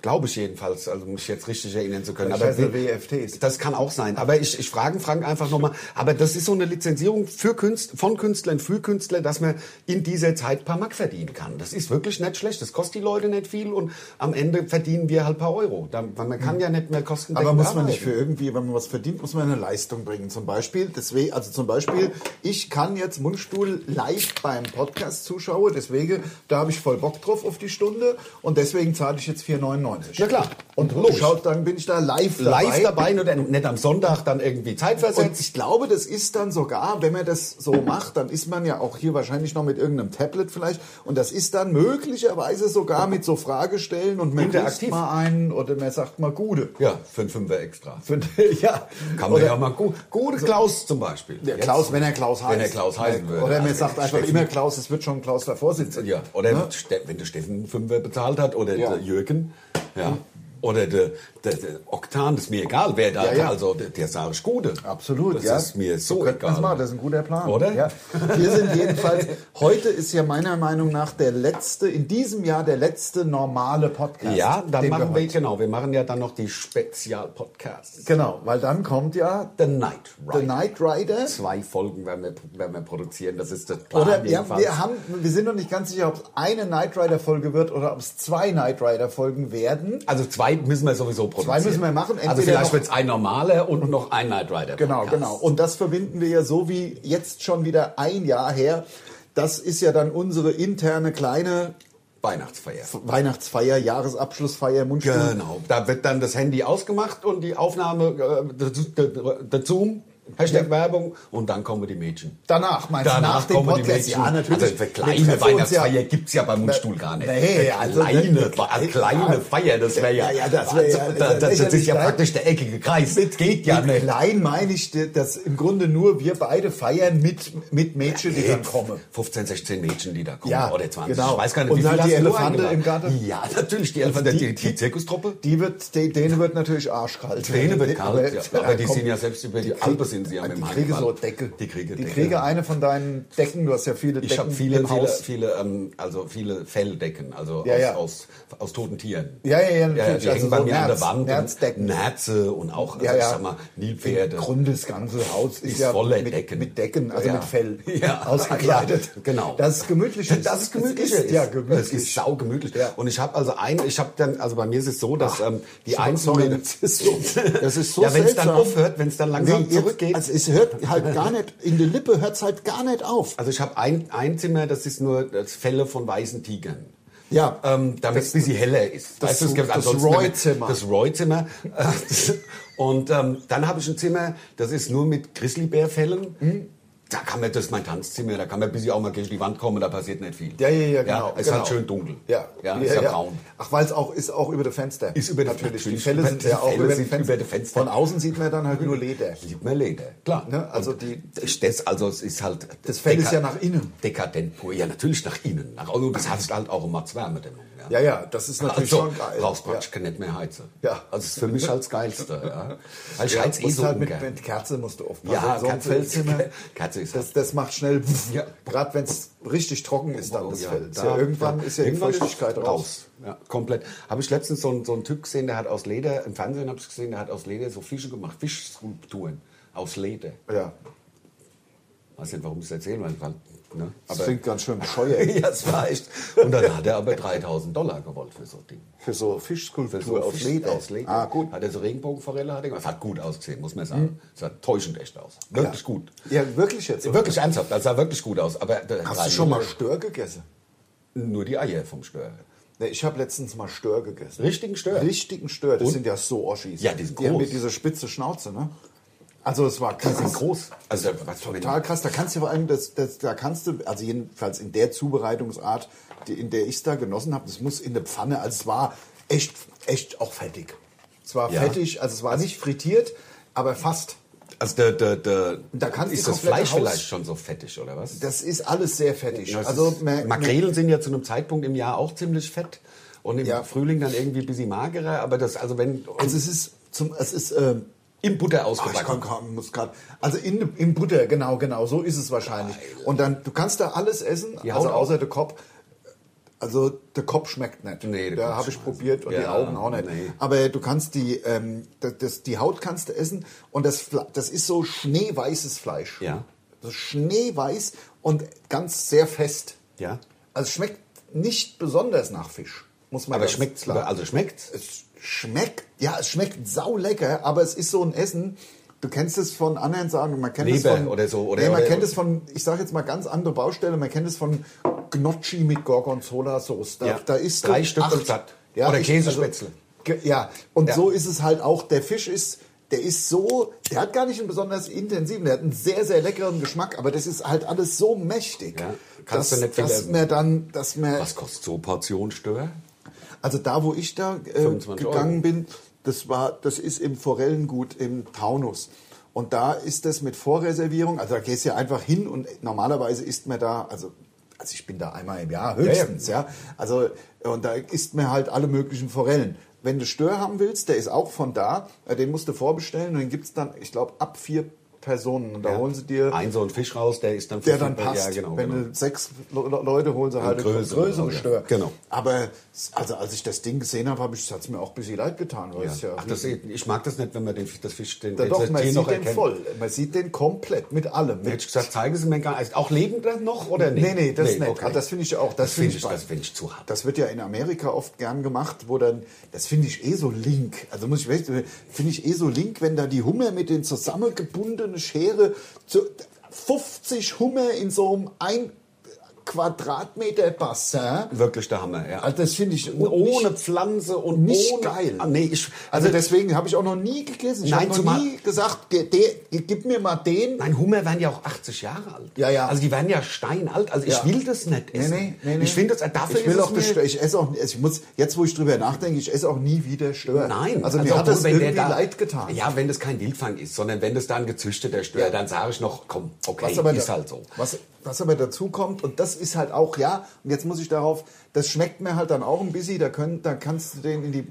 [SPEAKER 3] glaube ich jedenfalls, also mich jetzt richtig erinnern zu können.
[SPEAKER 2] Ich heiße WFTs.
[SPEAKER 3] Das kann auch sein. Aber ich, ich frage Frank einfach nochmal. Aber das ist so eine Lizenzierung für Künst, von Künstlern für Künstler, dass man in dieser Zeit paar Mark verdienen kann. Das ist wirklich nicht schlecht. Das kostet die Leute nicht viel und am Ende verdienen wir halt paar Euro. Da, weil man kann ja nicht mehr kosten.
[SPEAKER 2] Hm. Aber muss man nicht für irgendwie, wenn man was verdient, muss man eine Leistung bringen. Zum Beispiel, deswegen, also zum Beispiel, ich kann jetzt Mundstuhl live beim Podcast zuschauen, deswegen, da habe ich voll Bock drauf auf die Stunde und deswegen zahle ich jetzt 4,99.
[SPEAKER 3] Ja, klar.
[SPEAKER 2] Und
[SPEAKER 3] Logisch.
[SPEAKER 2] schaut, dann bin ich da live dabei.
[SPEAKER 3] live Oh, dabei, nur dann, nicht am Sonntag dann irgendwie
[SPEAKER 2] Und
[SPEAKER 3] zeitversetzt.
[SPEAKER 2] ich glaube, das ist dann sogar, wenn man das so macht, dann ist man ja auch hier wahrscheinlich noch mit irgendeinem Tablet vielleicht. Und das ist dann möglicherweise sogar mit so Fragestellen und man grüßt
[SPEAKER 3] Interaktiv.
[SPEAKER 2] mal einen oder man sagt mal Gude.
[SPEAKER 3] Ja, für einen Fünfer extra.
[SPEAKER 2] Für- ja.
[SPEAKER 3] Kann man
[SPEAKER 2] oder,
[SPEAKER 3] ja mal gut. Gute Klaus zum Beispiel.
[SPEAKER 2] Der
[SPEAKER 3] Jetzt-
[SPEAKER 2] Klaus, wenn er Klaus heißt.
[SPEAKER 3] Wenn er Klaus heißen würde.
[SPEAKER 2] Oder man
[SPEAKER 3] Also,
[SPEAKER 2] sagt einfach
[SPEAKER 3] Steffen-
[SPEAKER 2] immer Klaus, es wird schon Klaus der Vorsitzende.
[SPEAKER 3] Ja, oder Ste- wenn der Steffen einen Fünfer bezahlt hat oder
[SPEAKER 2] Ja.
[SPEAKER 3] der Jürgen. Ja. Oder der, der, der Oktan, ist mir egal, wer da,
[SPEAKER 2] Ja, ja.
[SPEAKER 3] also der, der sage ich Gute.
[SPEAKER 2] Absolut,
[SPEAKER 3] Das
[SPEAKER 2] ja.
[SPEAKER 3] ist mir so
[SPEAKER 2] könnte man's
[SPEAKER 3] egal.
[SPEAKER 2] Machen. Das ist ein guter Plan.
[SPEAKER 3] Oder?
[SPEAKER 2] Ja. Wir sind jedenfalls, heute ist ja meiner Meinung nach der letzte, in diesem Jahr der letzte normale Podcast.
[SPEAKER 3] Ja, dann
[SPEAKER 2] den
[SPEAKER 3] machen wir,
[SPEAKER 2] heute-
[SPEAKER 3] genau, wir machen ja dann noch die Spezialpodcasts.
[SPEAKER 2] Genau, weil dann kommt ja
[SPEAKER 3] The Night Rider.
[SPEAKER 2] The Night Rider.
[SPEAKER 3] Zwei Folgen werden wir, werden wir produzieren, das ist das Plan
[SPEAKER 2] Oder ja,
[SPEAKER 3] jedenfalls.
[SPEAKER 2] wir, haben, wir sind noch nicht ganz sicher, ob es eine Night Rider Folge wird oder ob es zwei Night Rider Folgen werden.
[SPEAKER 3] also zwei müssen wir sowieso produzieren.
[SPEAKER 2] müssen wir machen,
[SPEAKER 3] also
[SPEAKER 2] entweder
[SPEAKER 3] vielleicht
[SPEAKER 2] noch-
[SPEAKER 3] wird es ein normaler und noch ein Night Rider.
[SPEAKER 2] Genau,
[SPEAKER 3] Podcast.
[SPEAKER 2] genau. Und das verbinden wir ja so wie jetzt schon wieder ein Jahr her. Das ist ja dann unsere interne kleine
[SPEAKER 3] Weihnachtsfeier.
[SPEAKER 2] Weihnachtsfeier, Jahresabschlussfeier, Mundstuhl.
[SPEAKER 3] Genau, da wird dann das Handy ausgemacht und die Aufnahme, äh, der, der, der Zoom, Hashtag Werbung und dann kommen die Mädchen.
[SPEAKER 2] Danach, meinst du, Also
[SPEAKER 3] Danach
[SPEAKER 2] nach dem
[SPEAKER 3] kommen die
[SPEAKER 2] Podcast?
[SPEAKER 3] Mädchen.
[SPEAKER 2] Ja, natürlich.
[SPEAKER 3] Also eine
[SPEAKER 2] Wir treffen
[SPEAKER 3] kleine
[SPEAKER 2] uns
[SPEAKER 3] Weihnachtsfeier
[SPEAKER 2] ja-
[SPEAKER 3] gibt's ja beim Mundstuhl gar nicht.
[SPEAKER 2] Nee,
[SPEAKER 3] Eine
[SPEAKER 2] also
[SPEAKER 3] kleine,
[SPEAKER 2] ne-
[SPEAKER 3] eine kleine Feier, das wäre ja, also
[SPEAKER 2] Ja, ja, das wär ja-
[SPEAKER 3] da- das, das ist ja
[SPEAKER 2] Lächerlichkeit.
[SPEAKER 3] praktisch der eckige Kreis. Das geht ja
[SPEAKER 2] mit
[SPEAKER 3] nicht.
[SPEAKER 2] klein meine ich, dass im Grunde nur wir beide feiern mit, mit Mädchen, die dann kommen.
[SPEAKER 3] 15, 16 Mädchen, die da kommen.
[SPEAKER 2] Ja,
[SPEAKER 3] oder 20.
[SPEAKER 2] genau.
[SPEAKER 3] Ich weiß gar nicht,
[SPEAKER 2] Und
[SPEAKER 3] wie viel
[SPEAKER 2] halt die
[SPEAKER 3] hast du
[SPEAKER 2] Elefante
[SPEAKER 3] eingeladen?
[SPEAKER 2] im Garten?
[SPEAKER 3] Ja, natürlich, die Elefante,
[SPEAKER 2] Also
[SPEAKER 3] die,
[SPEAKER 2] die-
[SPEAKER 3] die Zirkustruppe.
[SPEAKER 2] Die wird, de- denen wird natürlich arschkalt.
[SPEAKER 3] Träne wird
[SPEAKER 2] Aber-
[SPEAKER 3] kalt, ja. aber die
[SPEAKER 2] komm,
[SPEAKER 3] sind ja selbst über die,
[SPEAKER 2] krieg-
[SPEAKER 3] Alpen sind sie ja mit
[SPEAKER 2] Die
[SPEAKER 3] dem
[SPEAKER 2] kriege so
[SPEAKER 3] Handball.
[SPEAKER 2] Decke.
[SPEAKER 3] Die kriege
[SPEAKER 2] die
[SPEAKER 3] Decke.
[SPEAKER 2] kriege eine von deinen Decken. Du hast ja viele Decken
[SPEAKER 3] ich habe viele,
[SPEAKER 2] im
[SPEAKER 3] viele,
[SPEAKER 2] Haus.
[SPEAKER 3] viele, ähm, also viele Felldecken, also
[SPEAKER 2] Ja,
[SPEAKER 3] aus,
[SPEAKER 2] ja.
[SPEAKER 3] Aus, aus toten Tieren.
[SPEAKER 2] Ja, ja, ja, natürlich.
[SPEAKER 3] die
[SPEAKER 2] Also
[SPEAKER 3] hängen bei
[SPEAKER 2] so
[SPEAKER 3] mir an der
[SPEAKER 2] Nerz-
[SPEAKER 3] Wand. und
[SPEAKER 2] Nerzdecken.
[SPEAKER 3] Nerze und auch, also
[SPEAKER 2] Ja,
[SPEAKER 3] ich
[SPEAKER 2] ja.
[SPEAKER 3] sag mal,
[SPEAKER 2] Im
[SPEAKER 3] Nilpferde.
[SPEAKER 2] Grunde das ganze Haus ist,
[SPEAKER 3] Ist
[SPEAKER 2] ja
[SPEAKER 3] voller
[SPEAKER 2] mit,
[SPEAKER 3] Decken.
[SPEAKER 2] mit Decken, also
[SPEAKER 3] Ja.
[SPEAKER 2] mit Fell
[SPEAKER 3] Ja.
[SPEAKER 2] ausgekleidet.
[SPEAKER 3] Ja, genau.
[SPEAKER 2] Das ist gemütlich.
[SPEAKER 3] Das ist gemütlich.
[SPEAKER 2] Es Ist, ja,
[SPEAKER 3] Es ist
[SPEAKER 2] gemütlich.
[SPEAKER 3] saugemütlich.
[SPEAKER 2] Ja.
[SPEAKER 3] Und ich habe also ein, ich habe dann, also bei mir ist es so, dass ähm, die
[SPEAKER 2] sorry,
[SPEAKER 3] einzelnen...
[SPEAKER 2] das ist so- das ist so
[SPEAKER 3] Ja, wenn es dann
[SPEAKER 2] seltsam.
[SPEAKER 3] aufhört, wenn es dann langsam
[SPEAKER 2] Nee, jetzt-
[SPEAKER 3] zurückgeht.
[SPEAKER 2] Also es hört halt gar nicht, in der Lippe hört es halt gar nicht auf.
[SPEAKER 3] Also ich habe ein, ein Zimmer, das ist nur das Fälle von weißen Tigern.
[SPEAKER 2] Ja.
[SPEAKER 3] Ähm, damit es ein bisschen heller ist.
[SPEAKER 2] das-
[SPEAKER 3] du, es gibt
[SPEAKER 2] das
[SPEAKER 3] ansonsten-
[SPEAKER 2] Roy-Zimmer.
[SPEAKER 3] Das Roy-Zimmer. Und ähm, dann habe ich ein Zimmer, das ist nur mit Grizzlybärfällen.
[SPEAKER 2] Hm?
[SPEAKER 3] Da kann man, das ist mein Tanzzimmer, da kann man ein bisschen auch mal gegen die Wand kommen, da passiert nicht viel.
[SPEAKER 2] Ja, ja, ja, genau.
[SPEAKER 3] es ist
[SPEAKER 2] genau.
[SPEAKER 3] halt schön dunkel.
[SPEAKER 2] Ja,
[SPEAKER 3] ja, ist ja, braun.
[SPEAKER 2] Ach, weil es auch ist auch über das Fenster.
[SPEAKER 3] Ist über das-
[SPEAKER 2] natürlich. Die
[SPEAKER 3] natürlich.
[SPEAKER 2] Fälle sind
[SPEAKER 3] Die
[SPEAKER 2] ja auch
[SPEAKER 3] Fälle
[SPEAKER 2] über,
[SPEAKER 3] sind
[SPEAKER 2] den
[SPEAKER 3] über dem Fenster.
[SPEAKER 2] Von außen sieht man dann halt nur Leder.
[SPEAKER 3] Sieht man Leder, klar.
[SPEAKER 2] Ne, also
[SPEAKER 3] Und
[SPEAKER 2] die-
[SPEAKER 3] ich- das, also es ist halt...
[SPEAKER 2] Das Fell ist
[SPEAKER 3] deka-
[SPEAKER 2] ja nach innen.
[SPEAKER 3] Dekadent pur. Ja, natürlich nach innen. Nach, außen. das hast halt auch immer Zwärmedämmung.
[SPEAKER 2] Ja, ja, das ist natürlich
[SPEAKER 3] also,
[SPEAKER 2] schon geil.
[SPEAKER 3] brauchst
[SPEAKER 2] ja.
[SPEAKER 3] praktisch nicht mehr heizen.
[SPEAKER 2] Ja.
[SPEAKER 3] Also, das ist für mich halt das Geilste. Ja. Weil ich
[SPEAKER 2] Ja,
[SPEAKER 3] heiz eh
[SPEAKER 2] musst
[SPEAKER 3] so
[SPEAKER 2] halt mit,
[SPEAKER 3] ungern.
[SPEAKER 2] mit Kerze musst du aufpassen.
[SPEAKER 3] Ja,
[SPEAKER 2] so ein
[SPEAKER 3] Kerze
[SPEAKER 2] Fellzimmer.
[SPEAKER 3] ist- Kerze ist-
[SPEAKER 2] das, das macht schnell.
[SPEAKER 3] Ja.
[SPEAKER 2] Gerade wenn es richtig trocken ist, dann
[SPEAKER 3] Oh,
[SPEAKER 2] das
[SPEAKER 3] ja,
[SPEAKER 2] Fell. Ist
[SPEAKER 3] da-
[SPEAKER 2] ja, irgendwann
[SPEAKER 3] ja.
[SPEAKER 2] ist ja
[SPEAKER 3] Irgendwann
[SPEAKER 2] die
[SPEAKER 3] ist
[SPEAKER 2] Feuchtigkeit raus.
[SPEAKER 3] Ja, komplett. Habe ich letztens so einen, so einen Typ gesehen, der hat aus Leder, im Fernsehen habe ich gesehen, der hat aus Leder so Fische gemacht, Fischskulpturen aus Leder.
[SPEAKER 2] Ja,
[SPEAKER 3] Weiß nicht, warum ich es erzählen will. weil, Ne?
[SPEAKER 2] das
[SPEAKER 3] Aber,
[SPEAKER 2] klingt ganz schön scheuer
[SPEAKER 3] ja, es war echt. Und dann hat er aber 3000 Dollar gewollt für so ein Ding.
[SPEAKER 2] für so Fischskulptur aus
[SPEAKER 3] Fisch-
[SPEAKER 2] Leder.
[SPEAKER 3] Aus Leder.
[SPEAKER 2] Ah, gut. Hm.
[SPEAKER 3] Hat er so Regenbogenforelle hat er gemacht. Es hat gut ausgesehen, muss man sagen. Es sah täuschend echt aus. Wirklich
[SPEAKER 2] Ja.
[SPEAKER 3] gut.
[SPEAKER 2] Ja, wirklich jetzt. oder?
[SPEAKER 3] Wirklich ernsthaft, das sah wirklich gut aus. Aber da-
[SPEAKER 2] Hast
[SPEAKER 3] drei
[SPEAKER 2] du schon mal
[SPEAKER 3] Minuten-
[SPEAKER 2] Stör gegessen?
[SPEAKER 3] Nur die Eier vom Stör.
[SPEAKER 2] Ne, ich habe letztens mal Stör gegessen.
[SPEAKER 3] Richtigen Stör?
[SPEAKER 2] Richtigen Stör. Das
[SPEAKER 3] Und?
[SPEAKER 2] sind ja so Oschis.
[SPEAKER 3] Ja, die sind
[SPEAKER 2] haben
[SPEAKER 3] groß.
[SPEAKER 2] ja diese spitze Schnauze, ne? Also es war krass.
[SPEAKER 3] groß. Also, was für
[SPEAKER 2] Total krass. Da kannst du vor allem, das, das, da kannst du, also jedenfalls in der Zubereitungsart, die, in der ich es da genossen habe, das muss in der Pfanne, also es war echt, echt auch fettig. Es war
[SPEAKER 3] Ja.
[SPEAKER 2] fettig, also es war nicht frittiert, aber fast.
[SPEAKER 3] Also, der, der, der,
[SPEAKER 2] Da kannst du
[SPEAKER 3] ist das
[SPEAKER 2] komplette
[SPEAKER 3] Fleisch
[SPEAKER 2] Haus-
[SPEAKER 3] vielleicht schon so fettig, oder was?
[SPEAKER 2] Das ist alles sehr fettig.
[SPEAKER 3] Ja, es
[SPEAKER 2] also
[SPEAKER 3] ist,
[SPEAKER 2] man- man-
[SPEAKER 3] Makrelen sind ja zu einem Zeitpunkt im Jahr auch ziemlich fett und im
[SPEAKER 2] Ja.
[SPEAKER 3] Frühling dann irgendwie ein bisschen magerer, aber das, also wenn,
[SPEAKER 2] also es ist zum, es ist ähm,
[SPEAKER 3] im Butter
[SPEAKER 2] Ah, ich kann,
[SPEAKER 3] ausgebacken.
[SPEAKER 2] kann, muss grad, also in, in Butter, genau, genau, so ist es wahrscheinlich. Und dann, du kannst da alles essen,
[SPEAKER 3] Die
[SPEAKER 2] also
[SPEAKER 3] Haut
[SPEAKER 2] außer der Kopf. Also der Kopf schmeckt nicht.
[SPEAKER 3] Nee, der
[SPEAKER 2] da
[SPEAKER 3] Kopf
[SPEAKER 2] habe ich
[SPEAKER 3] schmeckt
[SPEAKER 2] probiert und die
[SPEAKER 3] Ja,
[SPEAKER 2] Augen auch nicht.
[SPEAKER 3] nee.
[SPEAKER 2] Aber du kannst die, ähm, das, das, die Haut kannst du essen und das, Fle- das ist so schneeweißes Fleisch.
[SPEAKER 3] Ja.
[SPEAKER 2] So schneeweiß und ganz sehr fest.
[SPEAKER 3] ja.
[SPEAKER 2] Also es schmeckt nicht besonders nach Fisch, muss man
[SPEAKER 3] Aber
[SPEAKER 2] ganz
[SPEAKER 3] schmeckt's,
[SPEAKER 2] klar
[SPEAKER 3] also schmeckt's?
[SPEAKER 2] es schmeckt, ja, es schmeckt saulecker, aber es ist so ein Essen. Du kennst es von anderen Sachen, man kennt
[SPEAKER 3] Leber
[SPEAKER 2] es von,
[SPEAKER 3] oder so, oder-
[SPEAKER 2] nee, man
[SPEAKER 3] oder-
[SPEAKER 2] kennt es von, ich sage jetzt mal ganz andere Baustelle, man kennt es von Gnocchi mit Gorgonzola-Sauce. Da,
[SPEAKER 3] Ja.
[SPEAKER 2] da ist
[SPEAKER 3] Drei Stück und satt.
[SPEAKER 2] Ja,
[SPEAKER 3] Oder
[SPEAKER 2] ich- also,
[SPEAKER 3] Käsespätzle.
[SPEAKER 2] ge- ja, und
[SPEAKER 3] Ja.
[SPEAKER 2] so ist es halt auch. Der Fisch ist, der ist so, der hat gar nicht einen besonders intensiven, der hat einen sehr, sehr leckeren Geschmack, aber das ist halt alles so mächtig,
[SPEAKER 3] Ja.
[SPEAKER 2] dass,
[SPEAKER 3] Kannst du nicht viel
[SPEAKER 2] dass
[SPEAKER 3] essen.
[SPEAKER 2] man dann, dass man
[SPEAKER 3] Was kostet so eine Portion Stör?
[SPEAKER 2] also da, wo ich da äh,
[SPEAKER 3] 25 Euro.
[SPEAKER 2] gegangen bin, das war, das ist im Forellengut im Taunus. Und da ist das mit Vorreservierung, also da gehst du ja einfach hin und normalerweise isst man da, also, also ich bin da einmal im Jahr höchstens, ja, Also, und da isst man halt alle möglichen Forellen. Wenn du Stör haben willst, der ist auch von da, äh, den musst du vorbestellen und den gibt's dann, ich glaube, ab vier Personen. Und da holen sie dir
[SPEAKER 3] Ein so ein Fisch raus, der ist dann für
[SPEAKER 2] der dann
[SPEAKER 3] fünf-
[SPEAKER 2] passt.
[SPEAKER 3] Ja, genau,
[SPEAKER 2] Wenn
[SPEAKER 3] genau.
[SPEAKER 2] du sechs Le- Le- Leute holst, du halt
[SPEAKER 3] größere,
[SPEAKER 2] größere, größere
[SPEAKER 3] ja.
[SPEAKER 2] Stör.
[SPEAKER 3] Genau.
[SPEAKER 2] Aber s- also als ich das Ding gesehen habe, habe ich es mir auch ein bisschen leid getan, weil
[SPEAKER 3] Ja.
[SPEAKER 2] es ja.
[SPEAKER 3] Ach, das, ich mag das nicht, wenn man den das Fisch den,
[SPEAKER 2] da
[SPEAKER 3] den
[SPEAKER 2] doch, man
[SPEAKER 3] Tier
[SPEAKER 2] sieht
[SPEAKER 3] noch
[SPEAKER 2] den
[SPEAKER 3] erkennt.
[SPEAKER 2] voll. Man sieht den komplett mit allem.
[SPEAKER 3] Hätte ich
[SPEAKER 2] Mit
[SPEAKER 3] gesagt, zeigen Sie mir gar also auch lebend dann noch oder nicht?
[SPEAKER 2] nee, nee, das nicht.
[SPEAKER 3] okay.
[SPEAKER 2] Also das finde ich auch.
[SPEAKER 3] Das
[SPEAKER 2] Das,
[SPEAKER 3] finde
[SPEAKER 2] finde
[SPEAKER 3] ich, das finde ich zu hart.
[SPEAKER 2] Das wird ja in Amerika oft gern gemacht, wo dann, das finde ich eh so link. Also muss ich echt- finde ich eh so link, wenn da die Hummer mit den zusammengebundenen Schere zu 50 Hummer in so einem ein Quadratmeter Bassin
[SPEAKER 3] Wirklich der Hammer, ja.
[SPEAKER 2] Also das finde ich
[SPEAKER 3] ohne
[SPEAKER 2] nicht-
[SPEAKER 3] Pflanze und
[SPEAKER 2] nicht
[SPEAKER 3] ohne,
[SPEAKER 2] geil.
[SPEAKER 3] Ah, nee, ich,
[SPEAKER 2] Also deswegen habe ich auch noch nie gegessen. Ich
[SPEAKER 3] Nein,
[SPEAKER 2] habe noch
[SPEAKER 3] zumal-
[SPEAKER 2] nie gesagt, ge- de, gib mir mal den.
[SPEAKER 3] Nein, Hummer werden ja auch 80 Jahre alt.
[SPEAKER 2] Ja, ja.
[SPEAKER 3] Also die werden ja steinalt. Also ich
[SPEAKER 2] Ja.
[SPEAKER 3] will das nicht essen.
[SPEAKER 2] Nee, nee, nee, nee.
[SPEAKER 3] Ich finde das, dafür
[SPEAKER 2] ich will
[SPEAKER 3] ist
[SPEAKER 2] auch
[SPEAKER 3] es
[SPEAKER 2] das,
[SPEAKER 3] mir,
[SPEAKER 2] ich esse auch also ich muss jetzt wo ich drüber nachdenke, ich esse auch nie wieder Stör.
[SPEAKER 3] Nein,
[SPEAKER 2] also, mir hat
[SPEAKER 3] obwohl,
[SPEAKER 2] das
[SPEAKER 3] wenn der
[SPEAKER 2] irgendwie leid getan.
[SPEAKER 3] Ja, wenn das kein Wildfang ist, sondern wenn das dann gezüchteter Stör,
[SPEAKER 2] Ja.
[SPEAKER 3] dann sage ich noch, komm, okay,
[SPEAKER 2] Was aber,
[SPEAKER 3] ist
[SPEAKER 2] da-
[SPEAKER 3] halt so.
[SPEAKER 2] was, was aber dazu kommt, und das ist halt auch, ja, und jetzt muss ich darauf, das schmeckt mir halt dann auch ein bisschen, da, können, da kannst du den in die.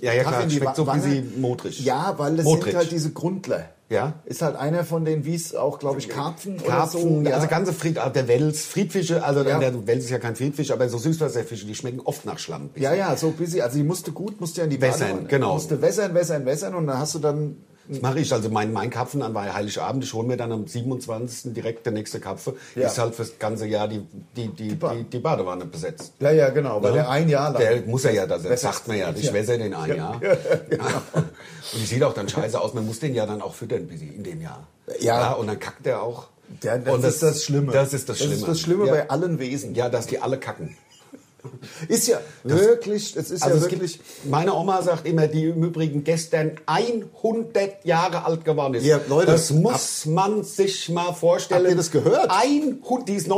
[SPEAKER 3] Ja, ja,
[SPEAKER 2] Tag
[SPEAKER 3] klar,
[SPEAKER 2] in die
[SPEAKER 3] schmeckt so ein
[SPEAKER 2] Wange-
[SPEAKER 3] bisschen modrig.
[SPEAKER 2] Ja, weil das
[SPEAKER 3] Modrig.
[SPEAKER 2] sind halt diese Grundler.
[SPEAKER 3] Ja.
[SPEAKER 2] Ist halt einer von denen, wie es auch, glaube ich, Karpfen,
[SPEAKER 3] Karpfen,
[SPEAKER 2] oder so. Ja.
[SPEAKER 3] also ganze Fried, ah, der Wels, Friedfische, also
[SPEAKER 2] Ja.
[SPEAKER 3] der Wels ist ja kein Friedfisch, aber so Süßwasserfische, die schmecken oft nach Schlamm.
[SPEAKER 2] ja, ja, so ein bisschen. Also, die musste gut, musste ja in die
[SPEAKER 3] Wässern,
[SPEAKER 2] Wanne und-
[SPEAKER 3] genau.
[SPEAKER 2] Musste wässern, wässern, wässern und dann hast du dann.
[SPEAKER 3] Das mache ich. Also mein, mein Karpfen an bei Heiligabend, ich hole mir dann am 27. direkt der nächste Karpfe.
[SPEAKER 2] Ja.
[SPEAKER 3] Ist halt fürs ganze Jahr die, die, die,
[SPEAKER 2] Ba-
[SPEAKER 3] die, die Badewanne besetzt.
[SPEAKER 2] Ja, ja, genau, weil
[SPEAKER 3] Ja.
[SPEAKER 2] der ein Jahr lang.
[SPEAKER 3] Der muss er ja, das
[SPEAKER 2] Wässert.
[SPEAKER 3] sagt man ja. Ich
[SPEAKER 2] Ja.
[SPEAKER 3] wässer den ein Jahr. Und die sieht auch dann scheiße aus. Man muss den ja dann auch füttern bis in dem Jahr.
[SPEAKER 2] Ja.
[SPEAKER 3] und dann kackt der auch.
[SPEAKER 2] Ja, das,
[SPEAKER 3] und
[SPEAKER 2] ist das Schlimme.
[SPEAKER 3] Das ist das Schlimme.
[SPEAKER 2] Das ist das Schlimme
[SPEAKER 3] ja.
[SPEAKER 2] bei allen Wesen.
[SPEAKER 3] Ja, dass die alle kacken.
[SPEAKER 2] Ist ja wirklich, es ist
[SPEAKER 3] Also
[SPEAKER 2] ja
[SPEAKER 3] es
[SPEAKER 2] wirklich.
[SPEAKER 3] gibt, meine Oma sagt immer, die im Übrigen gestern 100 Jahre alt geworden ist.
[SPEAKER 2] Ja, Leute,
[SPEAKER 3] das muss man sich mal vorstellen.
[SPEAKER 2] Habt ihr das gehört?
[SPEAKER 3] 100, die ist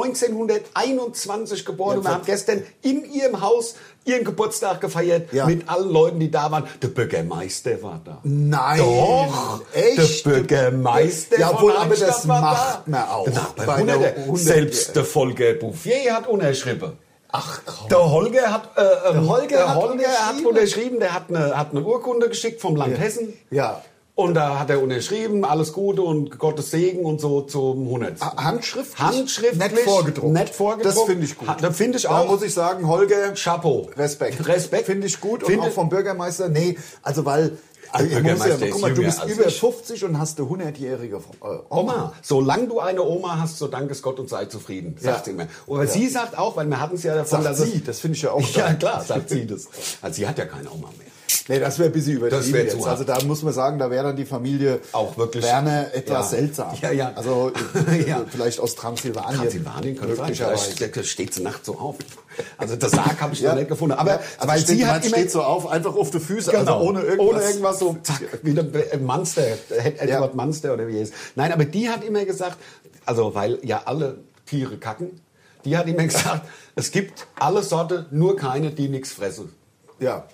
[SPEAKER 3] 1921 geboren
[SPEAKER 2] Ja,
[SPEAKER 3] und wir haben
[SPEAKER 2] ver-
[SPEAKER 3] gestern in ihrem Haus ihren Geburtstag gefeiert
[SPEAKER 2] Ja.
[SPEAKER 3] mit allen Leuten, die da waren. Der Bürgermeister war da.
[SPEAKER 2] Nein.
[SPEAKER 3] Doch,
[SPEAKER 2] echt.
[SPEAKER 3] der Bürgermeister
[SPEAKER 2] Ja, wohl,
[SPEAKER 3] von
[SPEAKER 2] aber das
[SPEAKER 3] Hallstatt war
[SPEAKER 2] macht
[SPEAKER 3] da.
[SPEAKER 2] man auch.
[SPEAKER 3] Nach bei
[SPEAKER 2] Bei einer
[SPEAKER 3] 100.
[SPEAKER 2] 100.
[SPEAKER 3] Selbst der Volker Bouffier hat unterschrieben.
[SPEAKER 2] Ach komm.
[SPEAKER 3] Der Holger hat, äh, ähm, der Holger,
[SPEAKER 2] hat
[SPEAKER 3] hat,
[SPEAKER 2] unterschrieben.
[SPEAKER 3] unterschrieben, der hat eine, hat eine Urkunde geschickt vom Land Hessen.
[SPEAKER 2] Ja.
[SPEAKER 3] Und da hat er unterschrieben, alles Gute und Gottes Segen und so zum 100.
[SPEAKER 2] Ah, Handschriftlich?
[SPEAKER 3] Handschriftlich.
[SPEAKER 2] Nett vorgedruckt.
[SPEAKER 3] Nett vorgedruckt.
[SPEAKER 2] Das finde ich gut.
[SPEAKER 3] Ha- Das finde ich
[SPEAKER 2] Da
[SPEAKER 3] auch.
[SPEAKER 2] muss ich sagen, Holger,
[SPEAKER 3] Chapeau.
[SPEAKER 2] ah. Respekt.
[SPEAKER 3] Respekt.
[SPEAKER 2] Finde ich gut. Und
[SPEAKER 3] Finde-
[SPEAKER 2] auch vom Bürgermeister, nee, also weil. Also ich muss
[SPEAKER 3] Bürgermeister
[SPEAKER 2] ja,
[SPEAKER 3] ist
[SPEAKER 2] guck mal, du
[SPEAKER 3] jünger
[SPEAKER 2] bist
[SPEAKER 3] als
[SPEAKER 2] über
[SPEAKER 3] ich.
[SPEAKER 2] 50 und hast eine 100-jährige äh,
[SPEAKER 3] Oma, solange du eine Oma hast, so dank es Gott und sei zufrieden, sagt
[SPEAKER 2] Ja.
[SPEAKER 3] sie immer. Aber sie sagt auch, weil wir hatten es ja davon,
[SPEAKER 2] Sagt
[SPEAKER 3] dass
[SPEAKER 2] sie,
[SPEAKER 3] es,
[SPEAKER 2] das finde ich ja auch
[SPEAKER 3] Ja
[SPEAKER 2] geil.
[SPEAKER 3] klar, sagt sie das. Also sie hat ja keine Oma mehr.
[SPEAKER 2] Nee, das wäre ein bisschen übertrieben
[SPEAKER 3] Das wär zu
[SPEAKER 2] jetzt.
[SPEAKER 3] hart.
[SPEAKER 2] Also da muss man sagen, da wäre dann die Familie
[SPEAKER 3] Auch wirklich-
[SPEAKER 2] Werner etwas
[SPEAKER 3] Ja.
[SPEAKER 2] seltsam.
[SPEAKER 3] Ja, ja.
[SPEAKER 2] Also
[SPEAKER 3] Ja.
[SPEAKER 2] vielleicht aus Transsilvanien.
[SPEAKER 3] Transsilvanien könnte sein.
[SPEAKER 2] möglicherweise.
[SPEAKER 3] Vielleicht vielleicht steht sie nachts so auf. Also das Sarg habe ich
[SPEAKER 2] Ja.
[SPEAKER 3] noch nicht gefunden. Aber
[SPEAKER 2] ja, also
[SPEAKER 3] weil
[SPEAKER 2] steht,
[SPEAKER 3] sie hat
[SPEAKER 2] man
[SPEAKER 3] immer,
[SPEAKER 2] steht so auf, einfach auf die Füße, also ohne irgendwas.
[SPEAKER 3] Genau. ohne irgendwas so zack, wie der äh, Munster, der Ed- Edward
[SPEAKER 2] Ja.
[SPEAKER 3] Munster oder wie er ist. Nein, aber die hat immer gesagt, also weil ja alle Tiere kacken, die hat immer gesagt, es gibt alle Sorte, nur keine, die nichts fressen.
[SPEAKER 2] Ja.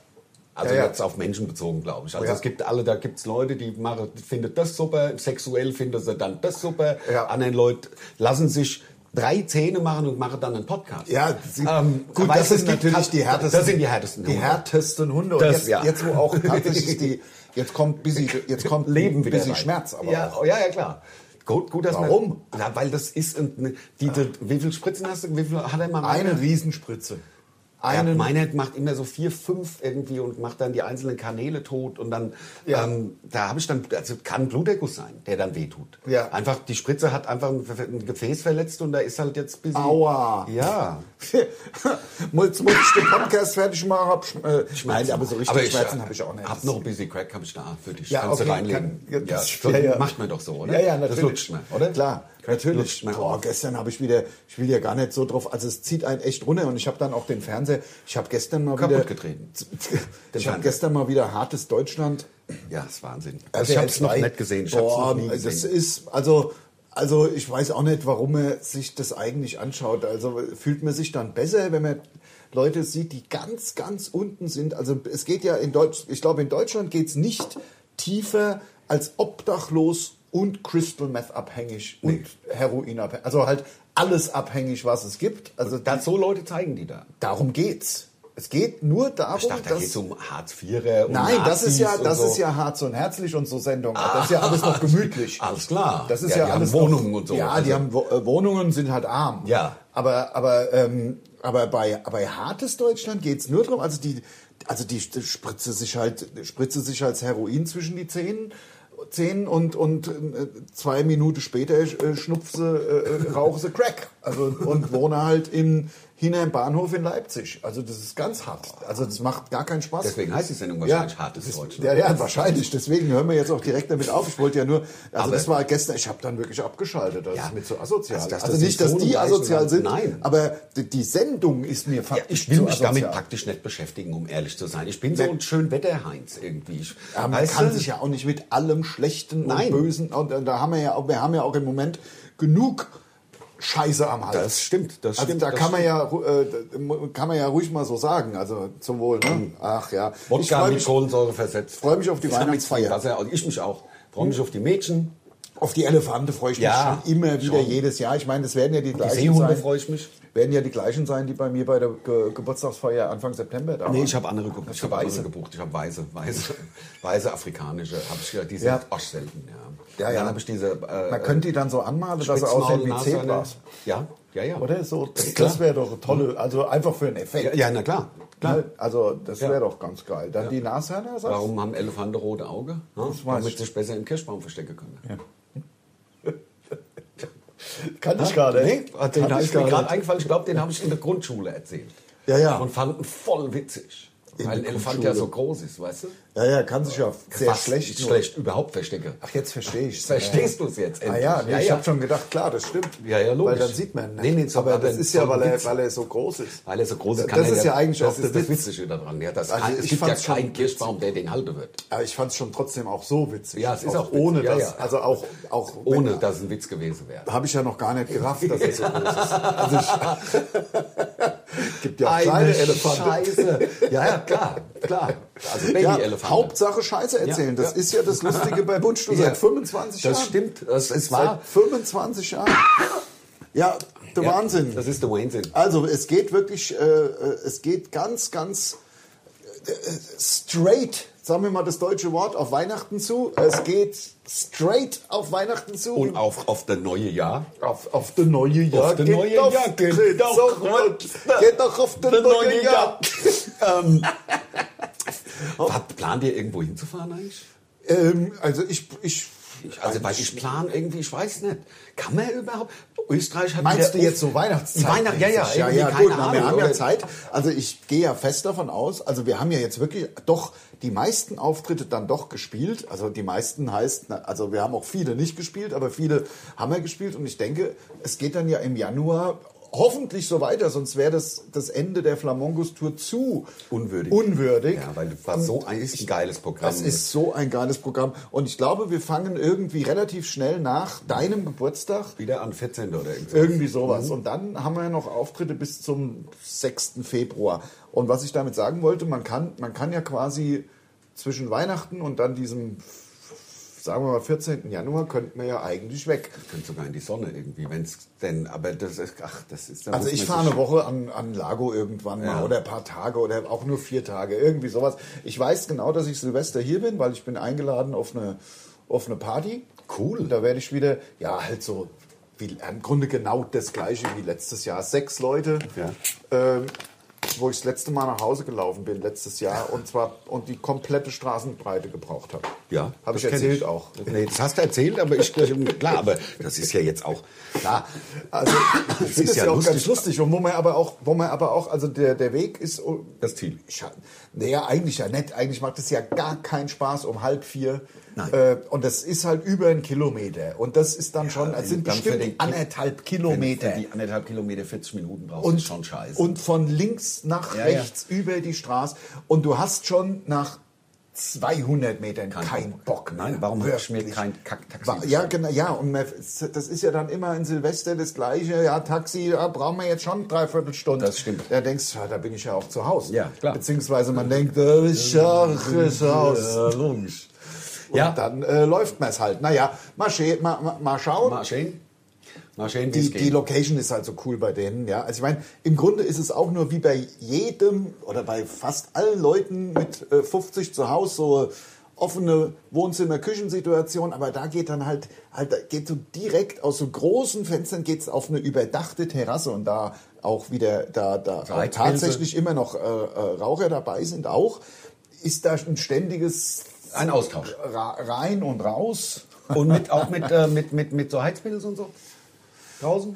[SPEAKER 3] Also
[SPEAKER 2] Ja, ja.
[SPEAKER 3] jetzt auf Menschen bezogen, glaube ich. Also
[SPEAKER 2] Ja.
[SPEAKER 3] es gibt alle, da gibt es Leute, die machen, findet das super, sexuell finden sie dann das super.
[SPEAKER 2] Ja.
[SPEAKER 3] Anderen Leute lassen sich drei Zähne machen und machen dann einen Podcast.
[SPEAKER 2] Ja, sie,
[SPEAKER 3] Ähm,
[SPEAKER 2] gut,
[SPEAKER 3] weißt
[SPEAKER 2] das
[SPEAKER 3] du,
[SPEAKER 2] sind
[SPEAKER 3] es gibt
[SPEAKER 2] natürlich
[SPEAKER 3] halt-
[SPEAKER 2] die härtesten.
[SPEAKER 3] Das sind die härtesten.
[SPEAKER 2] Die
[SPEAKER 3] Hunde.
[SPEAKER 2] härtesten Hunde. Und
[SPEAKER 3] Das,
[SPEAKER 2] jetzt,
[SPEAKER 3] ja.
[SPEAKER 2] jetzt, wo auch tatsächlich die, jetzt kommt busy, jetzt kommt
[SPEAKER 3] Leben wieder
[SPEAKER 2] busy
[SPEAKER 3] rein.
[SPEAKER 2] Schmerz, aber
[SPEAKER 3] ja,
[SPEAKER 2] auch.
[SPEAKER 3] oh, ja, ja, klar. Gut, gut, dass
[SPEAKER 2] Warum?
[SPEAKER 3] Man, na, weil das ist, ein, die, die, wie viel Spritzen hast du, wie viel hat er mal?
[SPEAKER 2] Eine Riesenspritze.
[SPEAKER 3] ja,
[SPEAKER 2] Einen,
[SPEAKER 3] meine macht immer so vier, fünf irgendwie und macht dann die einzelnen Kanäle tot und dann,
[SPEAKER 2] Ja.
[SPEAKER 3] ähm, da habe ich dann, also kann ein Bluterguss sein, der dann wehtut.
[SPEAKER 2] Ja.
[SPEAKER 3] Einfach, die Spritze hat einfach ein, ein Gefäß verletzt und da ist halt jetzt ein bisschen...
[SPEAKER 2] Aua.
[SPEAKER 3] Ja.
[SPEAKER 2] Muss, muss ich den Podcast fertig machen? Hab, Sch- äh, nein, aber so richtig Schmerzen
[SPEAKER 3] äh,
[SPEAKER 2] habe ich auch nicht.
[SPEAKER 3] Hab noch ein bisschen Crack habe ich da für dich.
[SPEAKER 2] Ja,
[SPEAKER 3] Kannst
[SPEAKER 2] okay,
[SPEAKER 3] du reinlegen.
[SPEAKER 2] kann- ja, das-
[SPEAKER 3] so
[SPEAKER 2] ja, ja.
[SPEAKER 3] Macht man doch so, oder?
[SPEAKER 2] Ja, ja,
[SPEAKER 3] Das
[SPEAKER 2] natürlich.
[SPEAKER 3] lutscht man, oder?
[SPEAKER 2] Klar, natürlich.
[SPEAKER 3] Lutscht man
[SPEAKER 2] Boah,
[SPEAKER 3] auch.
[SPEAKER 2] gestern habe ich wieder, ich will ja gar nicht so drauf, also es zieht einen echt runter und ich habe dann auch den Fernseher, ich habe gestern mal
[SPEAKER 3] Kaputt
[SPEAKER 2] wieder...
[SPEAKER 3] getreten.
[SPEAKER 2] Ich
[SPEAKER 3] Fernseher.
[SPEAKER 2] habe gestern mal wieder hartes Deutschland
[SPEAKER 3] Ja, das ist Wahnsinn.
[SPEAKER 2] Also
[SPEAKER 3] ich habe es noch
[SPEAKER 2] zwei-
[SPEAKER 3] nicht gesehen. Ich
[SPEAKER 2] Boah,
[SPEAKER 3] hab's noch nie gesehen.
[SPEAKER 2] Das ist, also, also ich weiß auch nicht, warum er sich das eigentlich anschaut. Also fühlt man sich dann besser, wenn man Leute sieht, die ganz, ganz unten sind. Also es geht ja in Deutsch, ich glaube, in Deutschland geht es nicht tiefer als obdachlos und Crystal Meth abhängig und Heroin abhängig. Also halt alles abhängig, was es gibt. Also
[SPEAKER 3] Da- so Leute zeigen die da.
[SPEAKER 2] darum geht's. Es geht nur darum,
[SPEAKER 3] Ich dachte, da
[SPEAKER 2] dass
[SPEAKER 3] geht es um Hartz IVer und
[SPEAKER 2] Oh, Nein, das
[SPEAKER 3] Nazis
[SPEAKER 2] ist ja,
[SPEAKER 3] und
[SPEAKER 2] das
[SPEAKER 3] so. Ah,
[SPEAKER 2] ist ja hart und herzlich und so Sendungen. Das ist ja alles noch gemütlich.
[SPEAKER 3] Alles klar.
[SPEAKER 2] Das ist
[SPEAKER 3] Ja,
[SPEAKER 2] ja,
[SPEAKER 3] die haben
[SPEAKER 2] alles
[SPEAKER 3] Wohnungen
[SPEAKER 2] noch,
[SPEAKER 3] und so.
[SPEAKER 2] Ja,
[SPEAKER 3] Also-
[SPEAKER 2] die haben Wo- äh, Wohnungen, sind halt arm.
[SPEAKER 3] Ja.
[SPEAKER 2] Aber aber ähm, aber bei bei hartes Deutschland geht's nur darum, also die also die spritze sich halt spritze sich als Heroin zwischen die Zähne. Zähnen und, und äh, zwei Minuten später äh, schnupfse, äh, rauchse Crack. Also, und wohne halt in, hinterm Bahnhof in Leipzig. Also, das ist ganz hart. Also, das macht gar keinen Spaß.
[SPEAKER 3] Deswegen heißt die Sendung wahrscheinlich Hartes ne?
[SPEAKER 2] das-
[SPEAKER 3] Deutschland.
[SPEAKER 2] Ja, ja, wahrscheinlich. Deswegen hören wir jetzt auch direkt damit auf. Ich wollte ja nur, also
[SPEAKER 3] Aber-
[SPEAKER 2] das war gestern, ich habe dann wirklich abgeschaltet. Das
[SPEAKER 3] Ja.
[SPEAKER 2] ist mir zu asozial.
[SPEAKER 3] Also,
[SPEAKER 2] Also,
[SPEAKER 3] dass das
[SPEAKER 2] nicht, dass
[SPEAKER 3] Symptome
[SPEAKER 2] die
[SPEAKER 3] reichen
[SPEAKER 2] asozial
[SPEAKER 3] dann-
[SPEAKER 2] sind,
[SPEAKER 3] Nein.
[SPEAKER 2] aber die, die Sendung ist mir
[SPEAKER 3] Ja,
[SPEAKER 2] faktisch
[SPEAKER 3] ich will
[SPEAKER 2] zu
[SPEAKER 3] mich damit
[SPEAKER 2] asozial.
[SPEAKER 3] praktisch nicht beschäftigen, um ehrlich zu sein. Ich bin so ein Schönwetterheinz irgendwie. Ich,
[SPEAKER 2] Ja, man
[SPEAKER 3] weißt
[SPEAKER 2] kann
[SPEAKER 3] du?
[SPEAKER 2] sich ja auch nicht mit allem Schlechten
[SPEAKER 3] Nein.
[SPEAKER 2] und Bösen, und äh, da haben wir ja auch, wir haben ja auch im Moment genug Scheiße am Hals.
[SPEAKER 3] Das stimmt, das
[SPEAKER 2] also
[SPEAKER 3] stimmt,
[SPEAKER 2] da
[SPEAKER 3] das
[SPEAKER 2] kann man ja, ru- äh, kann man ja ruhig mal so sagen. Also zum Wohl. Ne? Ach ja. Ich
[SPEAKER 3] Mhm. Wodka
[SPEAKER 2] freu
[SPEAKER 3] mit
[SPEAKER 2] mich
[SPEAKER 3] Kohlensäure versetzt.
[SPEAKER 2] freu mich auf die
[SPEAKER 3] Ich hab nichts
[SPEAKER 2] Weihnachtsfeier. Hm?
[SPEAKER 3] gegen Wasser, also ich mich auch. Freue mich auf die Mädchen.
[SPEAKER 2] auf die Elefante freue ich mich
[SPEAKER 3] Ja,
[SPEAKER 2] schon immer wieder
[SPEAKER 3] schon.
[SPEAKER 2] jedes Jahr. Ich meine, es werden ja die
[SPEAKER 3] Die
[SPEAKER 2] gleichen
[SPEAKER 3] Seehunde
[SPEAKER 2] sein.
[SPEAKER 3] freue ich mich.
[SPEAKER 2] werden ja die gleichen sein, die bei mir bei der Ge Geburtstagsfeier Anfang September da waren.
[SPEAKER 3] Nee, ich habe andere gebucht. Ich habe
[SPEAKER 2] weiße?
[SPEAKER 3] andere gebucht. Ich habe weiße, weiße, weiße afrikanische. Hab ich, die sind
[SPEAKER 2] Ja.
[SPEAKER 3] auch selten. Ja.
[SPEAKER 2] Ja, ja.
[SPEAKER 3] Dann habe ich diese. Äh,
[SPEAKER 2] Man könnte die dann so anmalen, dass sie
[SPEAKER 3] Spitzmaul,
[SPEAKER 2] aussehen wie
[SPEAKER 3] Nashörner.
[SPEAKER 2] Zebras.
[SPEAKER 3] Ja, ja, ja.
[SPEAKER 2] Oder so.
[SPEAKER 3] klar.
[SPEAKER 2] Das wäre doch tolle, also einfach für einen Effekt.
[SPEAKER 3] Ja, ja, na klar.
[SPEAKER 2] Ne? Also das
[SPEAKER 3] Ja.
[SPEAKER 2] wäre doch ganz geil. Dann die Nashörner, sagst du?
[SPEAKER 3] Warum haben Elefanten rote Augen? Ja,
[SPEAKER 2] Das weiß
[SPEAKER 3] damit
[SPEAKER 2] ich.
[SPEAKER 3] sie sich besser im Kirschbaum verstecken können.
[SPEAKER 2] Kann ich gar nicht.
[SPEAKER 3] Nee, den
[SPEAKER 2] Kann
[SPEAKER 3] habe
[SPEAKER 2] ich
[SPEAKER 3] ich mir
[SPEAKER 2] gar
[SPEAKER 3] gerade
[SPEAKER 2] nicht.
[SPEAKER 3] eingefallen. Ich glaube, den habe ich in der Grundschule erzählt.
[SPEAKER 2] Ja, ja.
[SPEAKER 3] Und fanden voll witzig.
[SPEAKER 2] In
[SPEAKER 3] weil ein
[SPEAKER 2] der
[SPEAKER 3] Elefant
[SPEAKER 2] Grundschule.
[SPEAKER 3] ja so groß ist, weißt du?
[SPEAKER 2] Ja, ja, kann sich ja sehr
[SPEAKER 3] Äh, Fast
[SPEAKER 2] schlecht. nur-
[SPEAKER 3] schlecht überhaupt verstecke.
[SPEAKER 2] Ach, jetzt verstehe ich
[SPEAKER 3] Verstehst du es jetzt
[SPEAKER 2] Ah
[SPEAKER 3] endlich?
[SPEAKER 2] ja, nee,
[SPEAKER 3] Ja,
[SPEAKER 2] ich
[SPEAKER 3] ja.
[SPEAKER 2] habe schon gedacht, klar, das stimmt.
[SPEAKER 3] Ja, ja, logisch.
[SPEAKER 2] Weil dann sieht man ihn
[SPEAKER 3] Nee, nee, so-
[SPEAKER 2] aber
[SPEAKER 3] aber
[SPEAKER 2] das ist ja,
[SPEAKER 3] so
[SPEAKER 2] weil
[SPEAKER 3] ein
[SPEAKER 2] er,
[SPEAKER 3] Witz.
[SPEAKER 2] weil er so groß ist.
[SPEAKER 3] Weil er so groß ist,
[SPEAKER 2] Das
[SPEAKER 3] kann er
[SPEAKER 2] ist ja eigentlich
[SPEAKER 3] das
[SPEAKER 2] auch
[SPEAKER 3] ist
[SPEAKER 2] der
[SPEAKER 3] das
[SPEAKER 2] Witz.
[SPEAKER 3] Witzige daran. Ja, das
[SPEAKER 2] Also
[SPEAKER 3] kann,
[SPEAKER 2] ich
[SPEAKER 3] es gibt ja
[SPEAKER 2] fand's schon
[SPEAKER 3] keinen
[SPEAKER 2] witzig.
[SPEAKER 3] Kirschbaum, der den halten wird.
[SPEAKER 2] Aber ich fand es schon trotzdem auch so witzig.
[SPEAKER 3] Ja, es ist auch
[SPEAKER 2] ohne
[SPEAKER 3] witzig. Ja,
[SPEAKER 2] das,
[SPEAKER 3] ja.
[SPEAKER 2] also auch auch
[SPEAKER 3] Ohne, dass es ein Witz gewesen wäre.
[SPEAKER 2] habe ich ja noch gar nicht gerafft, dass er so groß ist. Also ich, gibt ja auch kleine Elefanten.
[SPEAKER 3] Scheiße. Ja, ja, klar, klar. Also
[SPEAKER 2] Ja,
[SPEAKER 3] Baby-Elefanten.
[SPEAKER 2] Hauptsache Scheiße erzählen.
[SPEAKER 3] Ja,
[SPEAKER 2] das
[SPEAKER 3] ja.
[SPEAKER 2] ist ja das Lustige bei Buntstuhl
[SPEAKER 3] Ja.
[SPEAKER 2] seit 25
[SPEAKER 3] das
[SPEAKER 2] Jahren.
[SPEAKER 3] stimmt. Das ist
[SPEAKER 2] Seit
[SPEAKER 3] wahr.
[SPEAKER 2] 25 Jahren. Ja, der
[SPEAKER 3] Ja,
[SPEAKER 2] Wahnsinn.
[SPEAKER 3] Das ist der Wahnsinn.
[SPEAKER 2] Also es geht wirklich, äh, äh, es geht ganz, ganz äh, äh, straight, sagen wir mal das deutsche Wort, auf Weihnachten zu. Es geht straight auf Weihnachten zu.
[SPEAKER 3] Und auch auf das neue Jahr.
[SPEAKER 2] auf, auf das neue Jahr.
[SPEAKER 3] das
[SPEAKER 2] Geht
[SPEAKER 3] neue
[SPEAKER 2] doch,
[SPEAKER 3] Jahr, geht
[SPEAKER 2] geht
[SPEAKER 3] doch,
[SPEAKER 2] doch,
[SPEAKER 3] Gott.
[SPEAKER 2] geht doch auf das
[SPEAKER 3] Das
[SPEAKER 2] neue Jahr.
[SPEAKER 3] ähm, Hat- plant ihr irgendwo hinzufahren eigentlich?
[SPEAKER 2] Ähm, also ich, ich
[SPEAKER 3] ich. Also, weil ich plan irgendwie, ich weiß nicht. Kann man überhaupt? Österreich hat
[SPEAKER 2] Meinst du
[SPEAKER 3] wieder-
[SPEAKER 2] jetzt so Weihnachtszeit?
[SPEAKER 3] Äh, Weihnacht, ja, ja,
[SPEAKER 2] ja,
[SPEAKER 3] irgendwie
[SPEAKER 2] ja
[SPEAKER 3] keine
[SPEAKER 2] gut, na, wir
[SPEAKER 3] Ahnung,
[SPEAKER 2] haben ja
[SPEAKER 3] oder-
[SPEAKER 2] Zeit. Also ich gehe ja fest davon aus, also wir haben ja jetzt wirklich doch die meisten Auftritte dann doch gespielt. Also die meisten heißt, na, also wir haben auch viele nicht gespielt, aber viele haben wir gespielt. Und ich denke, es geht dann ja im Januar hoffentlich so weiter, sonst wäre das, das Ende der Flamongos-Tour zu
[SPEAKER 3] Unwürdig.
[SPEAKER 2] unwürdig.
[SPEAKER 3] Ja, weil das war so ein, ist ein geiles Programm.
[SPEAKER 2] Das ist so ein geiles Programm. Und ich glaube, wir fangen irgendwie relativ schnell nach deinem Geburtstag
[SPEAKER 3] wieder am 14. oder irgendwie.
[SPEAKER 2] irgendwie sowas. Und dann haben wir noch Auftritte bis zum 6. Februar. Und was ich damit sagen wollte, man kann, man kann ja quasi zwischen Weihnachten und dann diesem, sagen wir mal, 14. Januar könnten wir ja eigentlich weg.
[SPEAKER 3] Könnte sogar in die Sonne irgendwie, wenn es denn, aber das ist, ach, das ist, da
[SPEAKER 2] Also
[SPEAKER 3] muss
[SPEAKER 2] ich
[SPEAKER 3] man
[SPEAKER 2] fahre
[SPEAKER 3] sich-
[SPEAKER 2] eine Woche an, an Lago irgendwann mal
[SPEAKER 3] Ja.
[SPEAKER 2] oder ein paar Tage oder auch nur vier Tage, irgendwie sowas. Ich weiß genau, dass ich Silvester hier bin, weil ich bin eingeladen auf eine, auf eine Party. Cool. Und da werde ich wieder, ja, halt so, wie, im Grunde genau das gleiche wie letztes Jahr. Sechs Leute,
[SPEAKER 3] Ja.
[SPEAKER 2] ähm, wo ich das letzte Mal nach Hause gelaufen bin, letztes Jahr, und zwar und die komplette Straßenbreite gebraucht habe.
[SPEAKER 3] Ja,
[SPEAKER 2] Habe ich
[SPEAKER 3] das kenn
[SPEAKER 2] erzählt auch.
[SPEAKER 3] Nee, das hast du erzählt, aber ich, um- klar, aber das ist ja jetzt auch,
[SPEAKER 2] Klar, also das ist,
[SPEAKER 3] ist
[SPEAKER 2] ja,
[SPEAKER 3] ja
[SPEAKER 2] auch ganz
[SPEAKER 3] lustig.
[SPEAKER 2] lustig. Und wo man aber auch, wo man aber auch, also der, der Weg ist. oh,
[SPEAKER 3] Das Ziel.
[SPEAKER 2] Ich hab- Naja, eigentlich ja nett. Eigentlich macht es ja gar keinen Spaß um halb vier.
[SPEAKER 3] Nein.
[SPEAKER 2] Äh, und das ist halt über einen Kilometer. Und das ist dann schon, es sind
[SPEAKER 3] dann für
[SPEAKER 2] bestimmt
[SPEAKER 3] den Ki-
[SPEAKER 2] anderthalb
[SPEAKER 3] Kilometer.
[SPEAKER 2] Kilometer.
[SPEAKER 3] die anderthalb Kilometer 40 Minuten brauchst,
[SPEAKER 2] und,
[SPEAKER 3] ist schon scheiße.
[SPEAKER 2] und von links nach
[SPEAKER 3] Ja, ja.
[SPEAKER 2] rechts über die Straße. Und du hast schon nach 200 Metern keinen Bock mehr.
[SPEAKER 3] Nein, warum hörst du mir
[SPEAKER 2] Wirklich.
[SPEAKER 3] kein Kacktaxi?
[SPEAKER 2] Wa- Ja, genau, ja, und man- das ist ja dann immer in Silvester das Gleiche. Ja, Taxi, ja, brauchen wir jetzt schon dreiviertel Stunde.
[SPEAKER 3] Das stimmt.
[SPEAKER 2] Da denkst du, ja, da bin ich ja auch zu Hause.
[SPEAKER 3] Ja, klar.
[SPEAKER 2] Beziehungsweise man denkt, äh, da bin ich ja auch zu Hause.
[SPEAKER 3] logisch.
[SPEAKER 2] Und
[SPEAKER 3] Ja.
[SPEAKER 2] dann äh, läuft man es halt. Naja, mal, sche- ma, ma, mal schauen.
[SPEAKER 3] Mal schön, mal schön, wie
[SPEAKER 2] die,
[SPEAKER 3] es
[SPEAKER 2] die
[SPEAKER 3] geht.
[SPEAKER 2] Location ist halt so cool bei denen, ja. Also ich meine, im Grunde ist es auch nur wie bei jedem oder bei fast allen Leuten mit äh, 50 zu Hause so äh, offene Wohnzimmer-Küchensituation, aber da geht dann halt, halt da geht so direkt aus so großen Fenstern geht's auf eine überdachte Terrasse und da auch wieder, da, da auch
[SPEAKER 3] Seithilfe.
[SPEAKER 2] tatsächlich immer noch äh, äh, Raucher dabei sind auch, ist da ein ständiges
[SPEAKER 3] Ein Austausch.
[SPEAKER 2] Ra rein und raus.
[SPEAKER 3] Und mit, auch mit, äh, mit, mit, mit so Heizmittels und so? Draußen?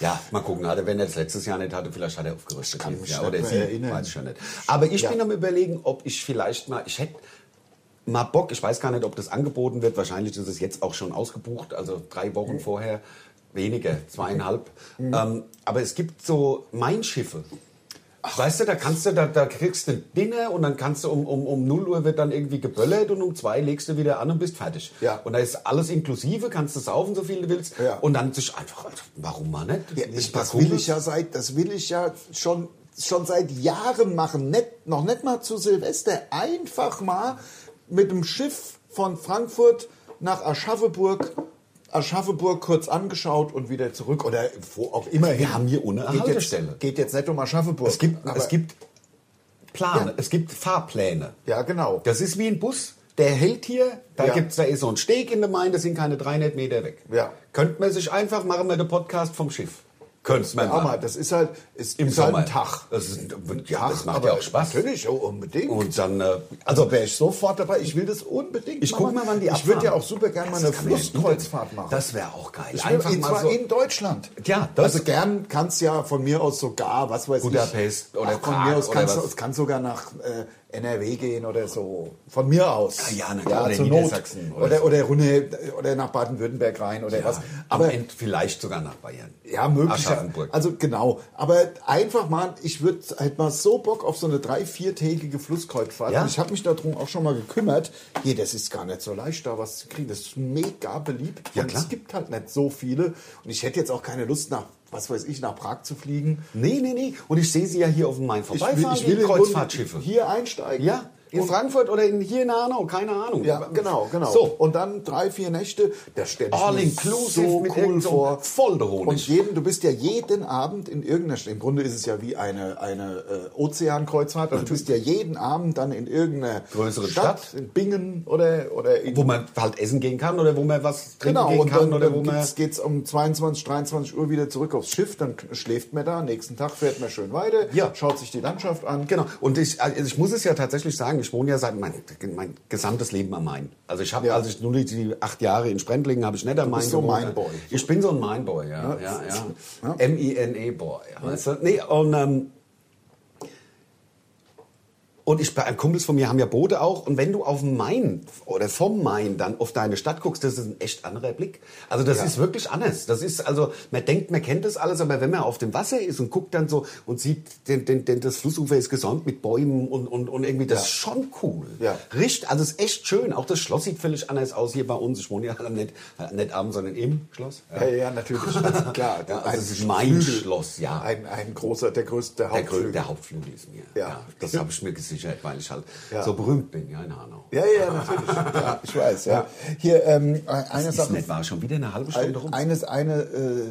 [SPEAKER 3] Ja, mal gucken. Hatte, wenn er es letztes Jahr nicht hatte, vielleicht hat er aufgerüstet.
[SPEAKER 2] kann mich
[SPEAKER 3] ja,
[SPEAKER 2] nicht
[SPEAKER 3] oder
[SPEAKER 2] mehr
[SPEAKER 3] sie,
[SPEAKER 2] erinnern.
[SPEAKER 3] weiß ich schon nicht. Aber ich
[SPEAKER 2] Ja.
[SPEAKER 3] bin am überlegen, ob ich vielleicht mal, ich hätte mal Bock, ich weiß gar nicht, ob das angeboten wird. Wahrscheinlich ist es jetzt auch schon ausgebucht, also drei Wochen
[SPEAKER 2] Mhm.
[SPEAKER 3] vorher. Weniger, zweieinhalb. Ähm, aber es gibt so Mainschiffe. Weißt du, da kannst du, da, da kriegst du ein Dinner und dann kannst du um, um, um 0 Uhr wird dann irgendwie geböllert und um 2 legst du wieder an und bist fertig.
[SPEAKER 2] Ja.
[SPEAKER 3] Und da ist alles inklusive, kannst du saufen, so viel du willst.
[SPEAKER 2] Ja.
[SPEAKER 3] Und dann sich einfach, also, warum mal nicht?
[SPEAKER 2] Ja,
[SPEAKER 3] Ein
[SPEAKER 2] ich,
[SPEAKER 3] paar
[SPEAKER 2] das will
[SPEAKER 3] Kumpels.
[SPEAKER 2] ich ja seit, das will ich ja schon, schon seit Jahren machen. Net, noch nicht mal zu Silvester. Einfach mal mit dem Schiff von Frankfurt nach Aschaffenburg. Aschaffenburg kurz angeschaut und wieder zurück oder wo auch immer hin.
[SPEAKER 3] Wir haben hier ohne
[SPEAKER 2] geht jetzt,
[SPEAKER 3] Haltestelle.
[SPEAKER 2] geht jetzt nicht um Aschaffenburg.
[SPEAKER 3] Es gibt,
[SPEAKER 2] aber-
[SPEAKER 3] es gibt Plane,
[SPEAKER 2] Ja.
[SPEAKER 3] es gibt Fahrpläne.
[SPEAKER 2] Ja, genau.
[SPEAKER 3] Das ist wie ein Bus, der hält hier, da,
[SPEAKER 2] Ja.
[SPEAKER 3] gibt's, da ist so ein Steg in der Main, das sind keine 300 Meter weg.
[SPEAKER 2] Ja.
[SPEAKER 3] Könnte man sich einfach, machen wir den Podcast vom Schiff. Könnte man
[SPEAKER 2] Aber
[SPEAKER 3] machen.
[SPEAKER 2] das ist halt, ist,
[SPEAKER 3] Im
[SPEAKER 2] ist
[SPEAKER 3] Sommer.
[SPEAKER 2] halt ein Tag.
[SPEAKER 3] Das ist, ein- ja,
[SPEAKER 2] Tag,
[SPEAKER 3] das macht
[SPEAKER 2] aber
[SPEAKER 3] ja auch Spaß.
[SPEAKER 2] Natürlich, oh, unbedingt.
[SPEAKER 3] Und dann, äh,
[SPEAKER 2] Also wäre ich sofort dabei. Ich will das unbedingt.
[SPEAKER 3] Ich guck mal, wann die
[SPEAKER 2] Ich würde
[SPEAKER 3] abfahren.
[SPEAKER 2] ja auch super gerne mal
[SPEAKER 3] Das
[SPEAKER 2] eine
[SPEAKER 3] kann man ja
[SPEAKER 2] Flusskreuzfahrt
[SPEAKER 3] nicht.
[SPEAKER 2] machen.
[SPEAKER 3] Das wäre auch geil.
[SPEAKER 2] Ich will,
[SPEAKER 3] Einfach
[SPEAKER 2] und
[SPEAKER 3] mal
[SPEAKER 2] zwar
[SPEAKER 3] so-
[SPEAKER 2] in Deutschland.
[SPEAKER 3] Tja, das-
[SPEAKER 2] also gern kannst ja von mir aus sogar, was weiß ich.
[SPEAKER 3] Budapest oder
[SPEAKER 2] Ach, von
[SPEAKER 3] Prag
[SPEAKER 2] mir aus
[SPEAKER 3] oder
[SPEAKER 2] kannst
[SPEAKER 3] was.
[SPEAKER 2] es kann sogar nach äh, NRW gehen oder so. Von mir aus.
[SPEAKER 3] Ja, ja, na klar, oder
[SPEAKER 2] zur Not.
[SPEAKER 3] Niedersachsen oder
[SPEAKER 2] Oder
[SPEAKER 3] so.
[SPEAKER 2] oder, runter, oder nach Baden-Württemberg rein oder was.
[SPEAKER 3] Ja,
[SPEAKER 2] Aber
[SPEAKER 3] aber vielleicht sogar nach Bayern.
[SPEAKER 2] ja, möglich.
[SPEAKER 3] Aschaffenburg.
[SPEAKER 2] Also genau. Aber einfach mal, ich würde halt mal so Bock auf so eine drei-, viertägige Flusskreuzfahrt.
[SPEAKER 3] Ja.
[SPEAKER 2] Und Ich habe mich darum auch schon mal gekümmert. Hier, das ist gar nicht so leicht, da was zu kriegen. Das ist mega beliebt.
[SPEAKER 3] Ja,
[SPEAKER 2] und
[SPEAKER 3] klar.
[SPEAKER 2] es gibt halt nicht so viele. Und ich hätte jetzt auch keine Lust, nach, was weiß ich, nach Prag zu fliegen.
[SPEAKER 3] nee, nee, nee. Und ich sehe sie ja hier auf dem Main
[SPEAKER 2] Ich will,
[SPEAKER 3] vorbeifahren,
[SPEAKER 2] ich will
[SPEAKER 3] die
[SPEAKER 2] im Grunde
[SPEAKER 3] Kreuzfahrtschiffe.
[SPEAKER 2] hier einsteigen.
[SPEAKER 3] Ja, in
[SPEAKER 2] Und-
[SPEAKER 3] Frankfurt oder in, hier in Hanau, keine Ahnung.
[SPEAKER 2] Ja, genau, genau.
[SPEAKER 3] So,
[SPEAKER 2] Und dann drei, vier Nächte, da stelle ich
[SPEAKER 3] All
[SPEAKER 2] mir
[SPEAKER 3] inclusive
[SPEAKER 2] so
[SPEAKER 3] mit
[SPEAKER 2] cool
[SPEAKER 3] irgend so
[SPEAKER 2] vor.
[SPEAKER 3] voll der Honig.
[SPEAKER 2] Und jeden, du bist ja jeden Abend in irgendeiner Stadt. Im Grunde ist es ja wie eine, eine äh, Ozeankreuzfahrt. Also du bist ja jeden Abend dann in irgendeiner
[SPEAKER 3] Größeren Stadt.
[SPEAKER 2] in Bingen oder, oder in
[SPEAKER 3] wo man halt essen gehen kann oder wo man was trinken
[SPEAKER 2] Genau,
[SPEAKER 3] gehen
[SPEAKER 2] und
[SPEAKER 3] kann
[SPEAKER 2] dann,
[SPEAKER 3] oder wo man.
[SPEAKER 2] dann geht's, geht's um 22, 23 Uhr wieder zurück aufs Schiff, dann k- schläft man da, nächsten Tag fährt man schön weiter,
[SPEAKER 3] Ja.
[SPEAKER 2] schaut sich die Landschaft an.
[SPEAKER 3] Genau. Und ich, also ich muss es ja tatsächlich sagen, sagen, ich wohne ja seit mein, mein gesamtes Leben am Main. Also ich habe,
[SPEAKER 2] Ja.
[SPEAKER 3] als ich nur die- die acht Jahre in Sprendlingen habe ich nicht am Main
[SPEAKER 2] bist so
[SPEAKER 3] gewohnt.
[SPEAKER 2] Mainboy.
[SPEAKER 3] Ich bin so ein Mainboy, ja, ja, ja. M-I-N-E-Boy, E weißt du? Nee, und, ähm, und ich, bei Kumpels von mir haben ja Boote auch. Und wenn du auf dem Main oder vom Main dann auf deine Stadt guckst, das ist ein echt anderer Blick. Also das
[SPEAKER 2] Ja.
[SPEAKER 3] ist wirklich anders. Das ist also, man denkt, man kennt das alles, aber wenn man auf dem Wasser ist und guckt dann so und sieht, den, den, den, das Flussufer ist gesäumt mit Bäumen und, und, und irgendwie, das
[SPEAKER 2] Ja.
[SPEAKER 3] ist schon cool.
[SPEAKER 2] Ja.
[SPEAKER 3] Richtig, also es ist echt schön. Auch das Schloss sieht völlig anders aus hier bei uns. Ich wohne ja nicht, nicht am, sondern im Schloss.
[SPEAKER 2] Ja, ja, natürlich. Also klar,
[SPEAKER 3] Ja,
[SPEAKER 2] ein
[SPEAKER 3] also es ist mein
[SPEAKER 2] Flügel.
[SPEAKER 3] Schloss, ja.
[SPEAKER 2] Ein, ein großer, der größte
[SPEAKER 3] Der, Grö
[SPEAKER 2] Hauptflügel.
[SPEAKER 3] der Hauptflügel ist mir.
[SPEAKER 2] Ja.
[SPEAKER 3] das habe ich mir gesichert, weil ich halt
[SPEAKER 2] Ja.
[SPEAKER 3] so berühmt bin, ja, in Hanau.
[SPEAKER 2] ja, ja, natürlich. ja, ich weiß, ja. Hier, ähm, eine
[SPEAKER 3] Das ist
[SPEAKER 2] Sache.
[SPEAKER 3] nicht wahr, schon wieder eine halbe
[SPEAKER 2] Ein-
[SPEAKER 3] Stunde rum.
[SPEAKER 2] Eines, eine, äh,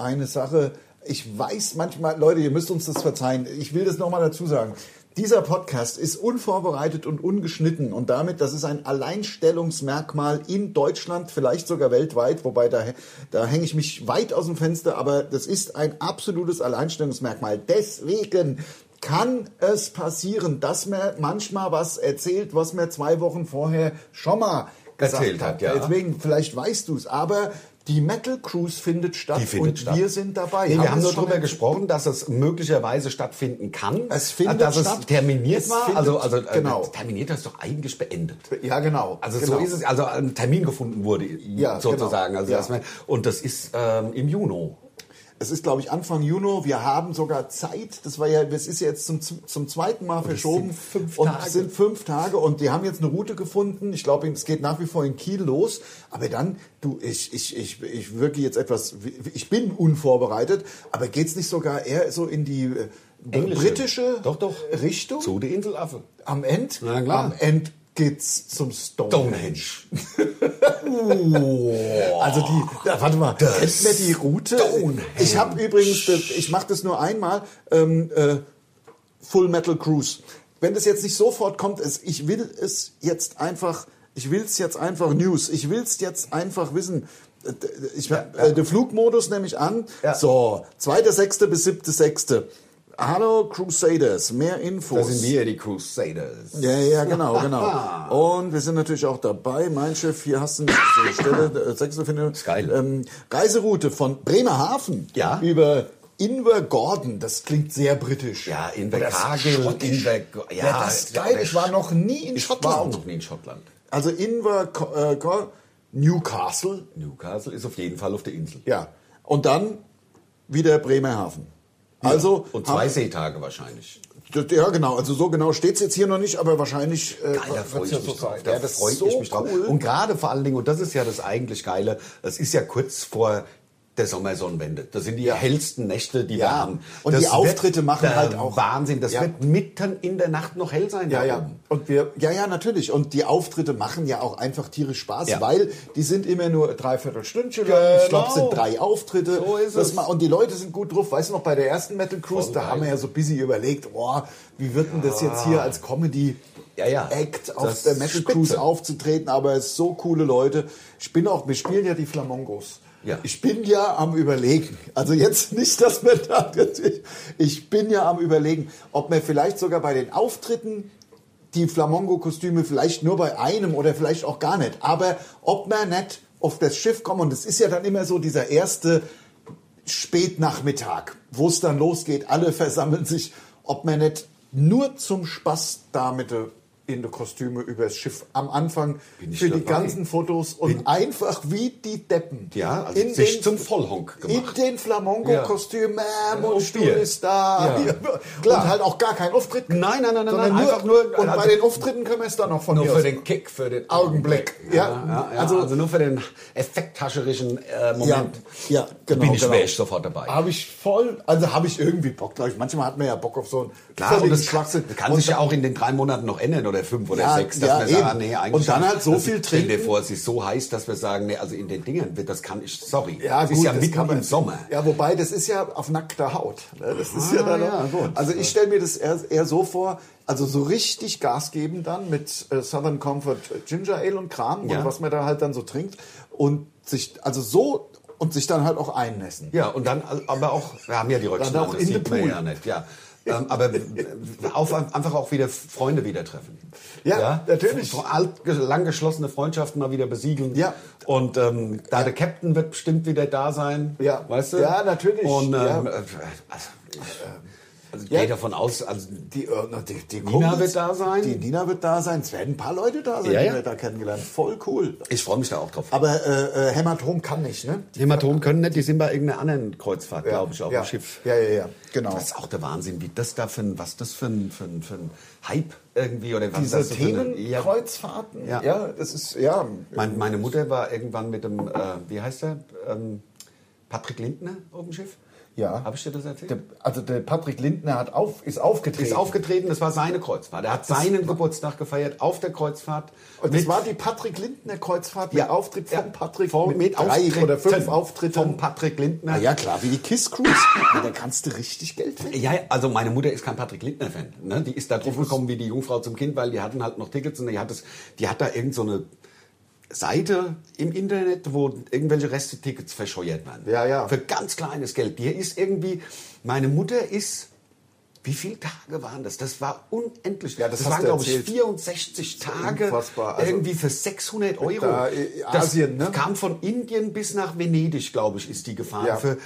[SPEAKER 2] eine Sache. Ich weiß manchmal, Leute, ihr müsst uns das verzeihen. Ich will das nochmal dazu sagen. Dieser Podcast ist unvorbereitet und ungeschnitten und damit, das ist ein Alleinstellungsmerkmal in Deutschland, vielleicht sogar weltweit, wobei da, da hänge ich mich weit aus dem Fenster, aber das ist ein absolutes Alleinstellungsmerkmal. Deswegen kann es passieren, dass man manchmal was erzählt, was man zwei Wochen vorher schon mal gesagt
[SPEAKER 3] Erzählt hat, ja.
[SPEAKER 2] Deswegen Deswegen, vielleicht weißt du es, aber die Metal Cruise findet statt
[SPEAKER 3] Die findet
[SPEAKER 2] und
[SPEAKER 3] statt.
[SPEAKER 2] wir sind dabei.
[SPEAKER 3] Nee, wir haben
[SPEAKER 2] es
[SPEAKER 3] nur
[SPEAKER 2] schon
[SPEAKER 3] darüber
[SPEAKER 2] erwähnt?
[SPEAKER 3] gesprochen, dass es möglicherweise stattfinden kann.
[SPEAKER 2] Es findet
[SPEAKER 3] dass
[SPEAKER 2] statt.
[SPEAKER 3] es terminiert
[SPEAKER 2] Es
[SPEAKER 3] war.
[SPEAKER 2] findet-
[SPEAKER 3] also, also äh,
[SPEAKER 2] genau.
[SPEAKER 3] terminiert ist doch eigentlich beendet.
[SPEAKER 2] Ja, genau.
[SPEAKER 3] Also
[SPEAKER 2] genau.
[SPEAKER 3] so ist es, also ein Termin gefunden wurde
[SPEAKER 2] Ja,
[SPEAKER 3] sozusagen.
[SPEAKER 2] genau.
[SPEAKER 3] Also
[SPEAKER 2] Ja.
[SPEAKER 3] dass man, und das ist ähm, im Juni.
[SPEAKER 2] Es ist, glaube ich, Anfang Juni. Wir haben sogar Zeit. Das war ja, es ist jetzt zum, zum zweiten Mal verschoben.
[SPEAKER 3] sind fünf
[SPEAKER 2] und
[SPEAKER 3] Tage.
[SPEAKER 2] Es sind fünf Tage. Und die haben jetzt eine Route gefunden. Ich glaube, es geht nach wie vor in Kiel los. Aber dann, du, ich, ich, ich, ich wirklich jetzt etwas, ich bin unvorbereitet. Aber geht es nicht sogar eher so in die äh,
[SPEAKER 3] Englische.
[SPEAKER 2] britische
[SPEAKER 3] Doch, doch.
[SPEAKER 2] Richtung?
[SPEAKER 3] Zu der Inselaffe.
[SPEAKER 2] Am Ende?
[SPEAKER 3] Na klar.
[SPEAKER 2] Am Ende geht's zum Stonehenge.
[SPEAKER 3] Stonehenge.
[SPEAKER 2] Also die, na, warte mal, kennt mir die Route?
[SPEAKER 3] Stonehenge.
[SPEAKER 2] Ich habe übrigens, äh, ich mache das nur einmal, ähm, äh, Full Metal Cruise. Wenn das jetzt nicht sofort kommt, es, ich will es jetzt einfach, ich will es jetzt einfach News, ich will es jetzt einfach wissen. Äh, d- Ich, Äh, den Flugmodus nehme ich an.
[SPEAKER 3] Ja.
[SPEAKER 2] So, 2.6. bis 7.6. Hallo Crusaders, mehr Infos.
[SPEAKER 3] Da sind wir, die Crusaders.
[SPEAKER 2] Ja, ja, genau, genau. Und wir sind natürlich auch dabei. Mein Schiff, hier hast du eine Stelle, äh, sechste Finde.
[SPEAKER 3] Ist geil.
[SPEAKER 2] Ähm, Reiseroute von Bremerhaven
[SPEAKER 3] Ja.
[SPEAKER 2] über Invergordon. Das klingt sehr britisch.
[SPEAKER 3] Ja,
[SPEAKER 2] Oder
[SPEAKER 3] Invercargill,
[SPEAKER 2] Schottisch.
[SPEAKER 3] Inver...
[SPEAKER 2] Ja, das ist geil. Ich war noch nie in
[SPEAKER 3] Ich war auch
[SPEAKER 2] Schottland.
[SPEAKER 3] noch nie in Schottland.
[SPEAKER 2] Also Invergordon, Newcastle.
[SPEAKER 3] Newcastle ist auf jeden Fall auf der Insel.
[SPEAKER 2] Ja. Und dann wieder Bremerhaven. Also
[SPEAKER 3] Und zwei
[SPEAKER 2] haben-
[SPEAKER 3] Seetage wahrscheinlich.
[SPEAKER 2] Das- Ja, genau. Also so genau steht es jetzt hier noch nicht, aber wahrscheinlich. Äh,
[SPEAKER 3] Geil, da freue
[SPEAKER 2] wird's
[SPEAKER 3] ich
[SPEAKER 2] ja
[SPEAKER 3] mich
[SPEAKER 2] so
[SPEAKER 3] drauf.
[SPEAKER 2] sein.
[SPEAKER 3] Da
[SPEAKER 2] Ja, das
[SPEAKER 3] freue
[SPEAKER 2] ist so
[SPEAKER 3] ich mich drauf.
[SPEAKER 2] cool.
[SPEAKER 3] Und gerade vor allen Dingen, und das ist ja das eigentlich Geile, es ist ja kurz vor der Sommersonnenwende. Das sind die hellsten Nächte, die wir
[SPEAKER 2] Ja.
[SPEAKER 3] haben.
[SPEAKER 2] Und
[SPEAKER 3] das
[SPEAKER 2] die Auftritte machen
[SPEAKER 3] der
[SPEAKER 2] halt auch-
[SPEAKER 3] Wahnsinn. Das
[SPEAKER 2] Ja.
[SPEAKER 3] wird mitten in der Nacht noch hell sein.
[SPEAKER 2] Ja,
[SPEAKER 3] da
[SPEAKER 2] ja.
[SPEAKER 3] oben.
[SPEAKER 2] Und wir, ja, ja, natürlich. Und die Auftritte machen ja auch einfach tierisch Spaß,
[SPEAKER 3] Ja.
[SPEAKER 2] weil die sind immer nur dreiviertel Stündchen lang. Ich glaube, es sind
[SPEAKER 3] Genau.
[SPEAKER 2] drei Auftritte.
[SPEAKER 3] So ist es.
[SPEAKER 2] ma- und die Leute sind gut drauf. Weißt du noch, bei der ersten Metal Cruise,
[SPEAKER 3] Voll
[SPEAKER 2] da
[SPEAKER 3] geil. Ah.
[SPEAKER 2] haben wir ja so busy überlegt, oh, wie wird denn das jetzt hier als Comedy
[SPEAKER 3] Ja, ja.
[SPEAKER 2] Act
[SPEAKER 3] Das
[SPEAKER 2] auf der Metal
[SPEAKER 3] ist
[SPEAKER 2] Cruise
[SPEAKER 3] spitze.
[SPEAKER 2] aufzutreten, aber es so coole Leute. Ich bin auch, wir spielen ja die Flamongos.
[SPEAKER 3] Ja.
[SPEAKER 2] Ich bin ja am Überlegen. Also jetzt nicht, dass man da. Ich bin ja am Überlegen, ob man vielleicht sogar bei den Auftritten die Flamongo-Kostüme vielleicht nur bei einem oder vielleicht auch gar nicht. Aber ob man nicht auf das Schiff kommt, und es ist ja dann immer so dieser erste Spätnachmittag, wo es dann losgeht, alle versammeln sich, ob man nicht nur zum Spaß damit in die Kostüme übers Schiff am Anfang
[SPEAKER 3] Bin ich
[SPEAKER 2] für die
[SPEAKER 3] dabei.
[SPEAKER 2] ganzen Fotos und einfach wie die Deppen.
[SPEAKER 3] Ja, also sich zum Vollhonk gemacht.
[SPEAKER 2] In den Flamongo-Kostümen und
[SPEAKER 3] Und
[SPEAKER 2] Stuhl
[SPEAKER 3] Bier.
[SPEAKER 2] ist da.
[SPEAKER 3] Ja.
[SPEAKER 2] Klar. Und halt auch gar keinen Auftritt.
[SPEAKER 3] Nein, nein, nein, nein,
[SPEAKER 2] sondern
[SPEAKER 3] nein,
[SPEAKER 2] nur,
[SPEAKER 3] einfach nur-
[SPEAKER 2] Und
[SPEAKER 3] also-
[SPEAKER 2] bei den Auftritten können wir es dann noch von
[SPEAKER 3] Nur
[SPEAKER 2] mir
[SPEAKER 3] für
[SPEAKER 2] aus
[SPEAKER 3] den Kick, für den
[SPEAKER 2] Augenblick. Ja. Also-
[SPEAKER 3] Also, also nur für den effekthascherischen äh, Moment.
[SPEAKER 2] Ja, ja, genau,
[SPEAKER 3] Bin ich,
[SPEAKER 2] genau.
[SPEAKER 3] Wäre ich sofort dabei.
[SPEAKER 2] Habe ich voll, also habe ich irgendwie Bock, glaube ich. Manchmal hat man ja Bock auf so einen
[SPEAKER 3] Klar, und
[SPEAKER 2] völligen
[SPEAKER 3] das kann,
[SPEAKER 2] Schwachsinn.
[SPEAKER 3] kann
[SPEAKER 2] Und
[SPEAKER 3] sich ja auch in den drei Monaten noch ändern oder fünf oder
[SPEAKER 2] Ja,
[SPEAKER 3] sechs, dass
[SPEAKER 2] ja,
[SPEAKER 3] wir sagen,
[SPEAKER 2] eben.
[SPEAKER 3] nee, eigentlich
[SPEAKER 2] Und dann
[SPEAKER 3] nicht.
[SPEAKER 2] halt so
[SPEAKER 3] Das
[SPEAKER 2] viel
[SPEAKER 3] ist- Stell dir
[SPEAKER 2] trinken.
[SPEAKER 3] vor, es ist so heiß, dass wir sagen, nee, also in den Dingern, wird- das kann ich, sorry.
[SPEAKER 2] Ja,
[SPEAKER 3] das
[SPEAKER 2] gut,
[SPEAKER 3] ist ja
[SPEAKER 2] das kann
[SPEAKER 3] mitten
[SPEAKER 2] man-
[SPEAKER 3] im Sommer.
[SPEAKER 2] Ja, wobei, das ist ja auf nackter Haut. ne? Das ist
[SPEAKER 3] Ah,
[SPEAKER 2] ja dann
[SPEAKER 3] ja, gut.
[SPEAKER 2] Also ich stelle mir das eher, eher so vor, also so richtig Gas geben dann mit äh, Southern Comfort Ginger Ale und Kram
[SPEAKER 3] Ja.
[SPEAKER 2] und was man da halt dann so trinkt und sich, also so und sich dann halt auch einnässen.
[SPEAKER 3] Ja, und dann, aber auch, wir haben ja die Röckchen,
[SPEAKER 2] Dann auch
[SPEAKER 3] das
[SPEAKER 2] in
[SPEAKER 3] sieht
[SPEAKER 2] den
[SPEAKER 3] man
[SPEAKER 2] Pool.
[SPEAKER 3] ja nicht. Ja. ähm, aber auf, einfach auch wieder Freunde wieder treffen.
[SPEAKER 2] Ja, natürlich.
[SPEAKER 3] Fr- Alt, lang geschlossene Freundschaften mal wieder besiegeln.
[SPEAKER 2] Ja.
[SPEAKER 3] Und ähm, da der Captain wird bestimmt wieder da sein.
[SPEAKER 2] Ja.
[SPEAKER 3] Weißt du?
[SPEAKER 2] Ja, natürlich.
[SPEAKER 3] Und ähm,
[SPEAKER 2] Ja.
[SPEAKER 3] äh, also, ich, also ich
[SPEAKER 2] Ja.
[SPEAKER 3] gehe davon aus, also
[SPEAKER 2] Die, äh, na, die, die
[SPEAKER 3] Nina wird da sein.
[SPEAKER 2] Die Nina wird da sein. Es werden ein paar Leute da sein,
[SPEAKER 3] Ja, ja.
[SPEAKER 2] die wir da kennengelernt. Voll cool.
[SPEAKER 3] ich freue mich da auch drauf.
[SPEAKER 2] Aber äh, äh, Hämatom kann nicht, ne?
[SPEAKER 3] Hämatomen können nicht, die sind bei irgendeiner anderen Kreuzfahrt, glaube ich, auf
[SPEAKER 2] ja.
[SPEAKER 3] dem Schiff.
[SPEAKER 2] Ja, ja, ja. Genau.
[SPEAKER 3] Das ist auch der Wahnsinn, wie das da für ein, was das für ein, für ein, für ein Hype irgendwie oder was
[SPEAKER 2] Diese
[SPEAKER 3] das so für eine- ja.
[SPEAKER 2] Themenkreuzfahrten.
[SPEAKER 3] Ja.
[SPEAKER 2] das ist, ja.
[SPEAKER 3] Mein, meine Mutter war irgendwann mit dem, äh, wie heißt der, ähm, Patrick Lindner auf dem Schiff.
[SPEAKER 2] Ja.
[SPEAKER 3] Habe ich dir das erzählt?
[SPEAKER 2] Der, also der Patrick Lindner hat auf, ist aufgetreten.
[SPEAKER 3] ist aufgetreten, das war seine Kreuzfahrt. Er hat seinen Geburtstag gefeiert auf der Kreuzfahrt.
[SPEAKER 2] Und
[SPEAKER 3] mit-
[SPEAKER 2] das war die Patrick Lindner Kreuzfahrt mit
[SPEAKER 3] Ja.
[SPEAKER 2] Auftritt von
[SPEAKER 3] Ja.
[SPEAKER 2] Patrick
[SPEAKER 3] Von-
[SPEAKER 2] mit drei
[SPEAKER 3] Auftritten
[SPEAKER 2] oder fünf Auftritten.
[SPEAKER 3] Von Patrick Lindner.
[SPEAKER 2] Na ja, klar, wie die Kiss Cruise. Ja, da kannst du richtig Geld verdienen.
[SPEAKER 3] Ja, also meine Mutter ist kein Patrick Lindner-Fan. Ne? Die ist da drauf gekommen wie die Jungfrau zum Kind, weil die hatten halt noch Tickets und die hat, das, die hat da irgend so eine Seite im Internet, wo irgendwelche Reste-Tickets verscheuert werden.
[SPEAKER 2] Ja, ja.
[SPEAKER 3] Für ganz kleines Geld. Die ist irgendwie, meine Mutter ist, wie viele Tage waren das? Das war unendlich.
[SPEAKER 2] Ja, das hast
[SPEAKER 3] waren,
[SPEAKER 2] du
[SPEAKER 3] glaube ich,
[SPEAKER 2] erzählt.
[SPEAKER 3] 64 Tage.
[SPEAKER 2] Unfassbar. Also-
[SPEAKER 3] irgendwie für 600 Euro.
[SPEAKER 2] Da, äh, Asien,
[SPEAKER 3] das
[SPEAKER 2] ne?
[SPEAKER 3] kam von Indien bis nach Venedig, glaube ich, ist die gefahren.
[SPEAKER 2] Ja.
[SPEAKER 3] Für,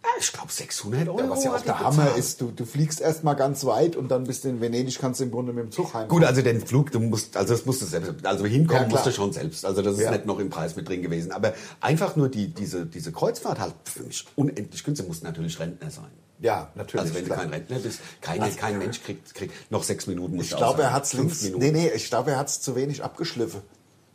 [SPEAKER 3] ja, ich glaube, 600 Euro.
[SPEAKER 2] Ja, was ja auch
[SPEAKER 3] hat die
[SPEAKER 2] der Hammer
[SPEAKER 3] bezahlt.
[SPEAKER 2] ist, du, du fliegst erstmal ganz weit und dann bist du in Venedig, kannst du im Grunde mit dem Zug heim.
[SPEAKER 3] Gut, also den Flug, du musst, also das musst du selbst, also hinkommen
[SPEAKER 2] Ja, klar.
[SPEAKER 3] musst du schon selbst. Also das ist
[SPEAKER 2] Ja.
[SPEAKER 3] nicht noch im Preis mit drin gewesen. Aber einfach nur die, diese, diese Kreuzfahrt halt für mich unendlich günstig. Du musst natürlich Rentner sein.
[SPEAKER 2] Ja, natürlich.
[SPEAKER 3] also wenn
[SPEAKER 2] klar.
[SPEAKER 3] du kein Rentner bist, keine, kein Mensch kriegt, kriegt noch sechs Minuten. musst
[SPEAKER 2] ich
[SPEAKER 3] du
[SPEAKER 2] glaube,
[SPEAKER 3] aushalten.
[SPEAKER 2] er hat's
[SPEAKER 3] Fünf
[SPEAKER 2] links.
[SPEAKER 3] Minuten. Oh,
[SPEAKER 2] Nee, nee, ich glaube, er hat's zu wenig abgeschliffen.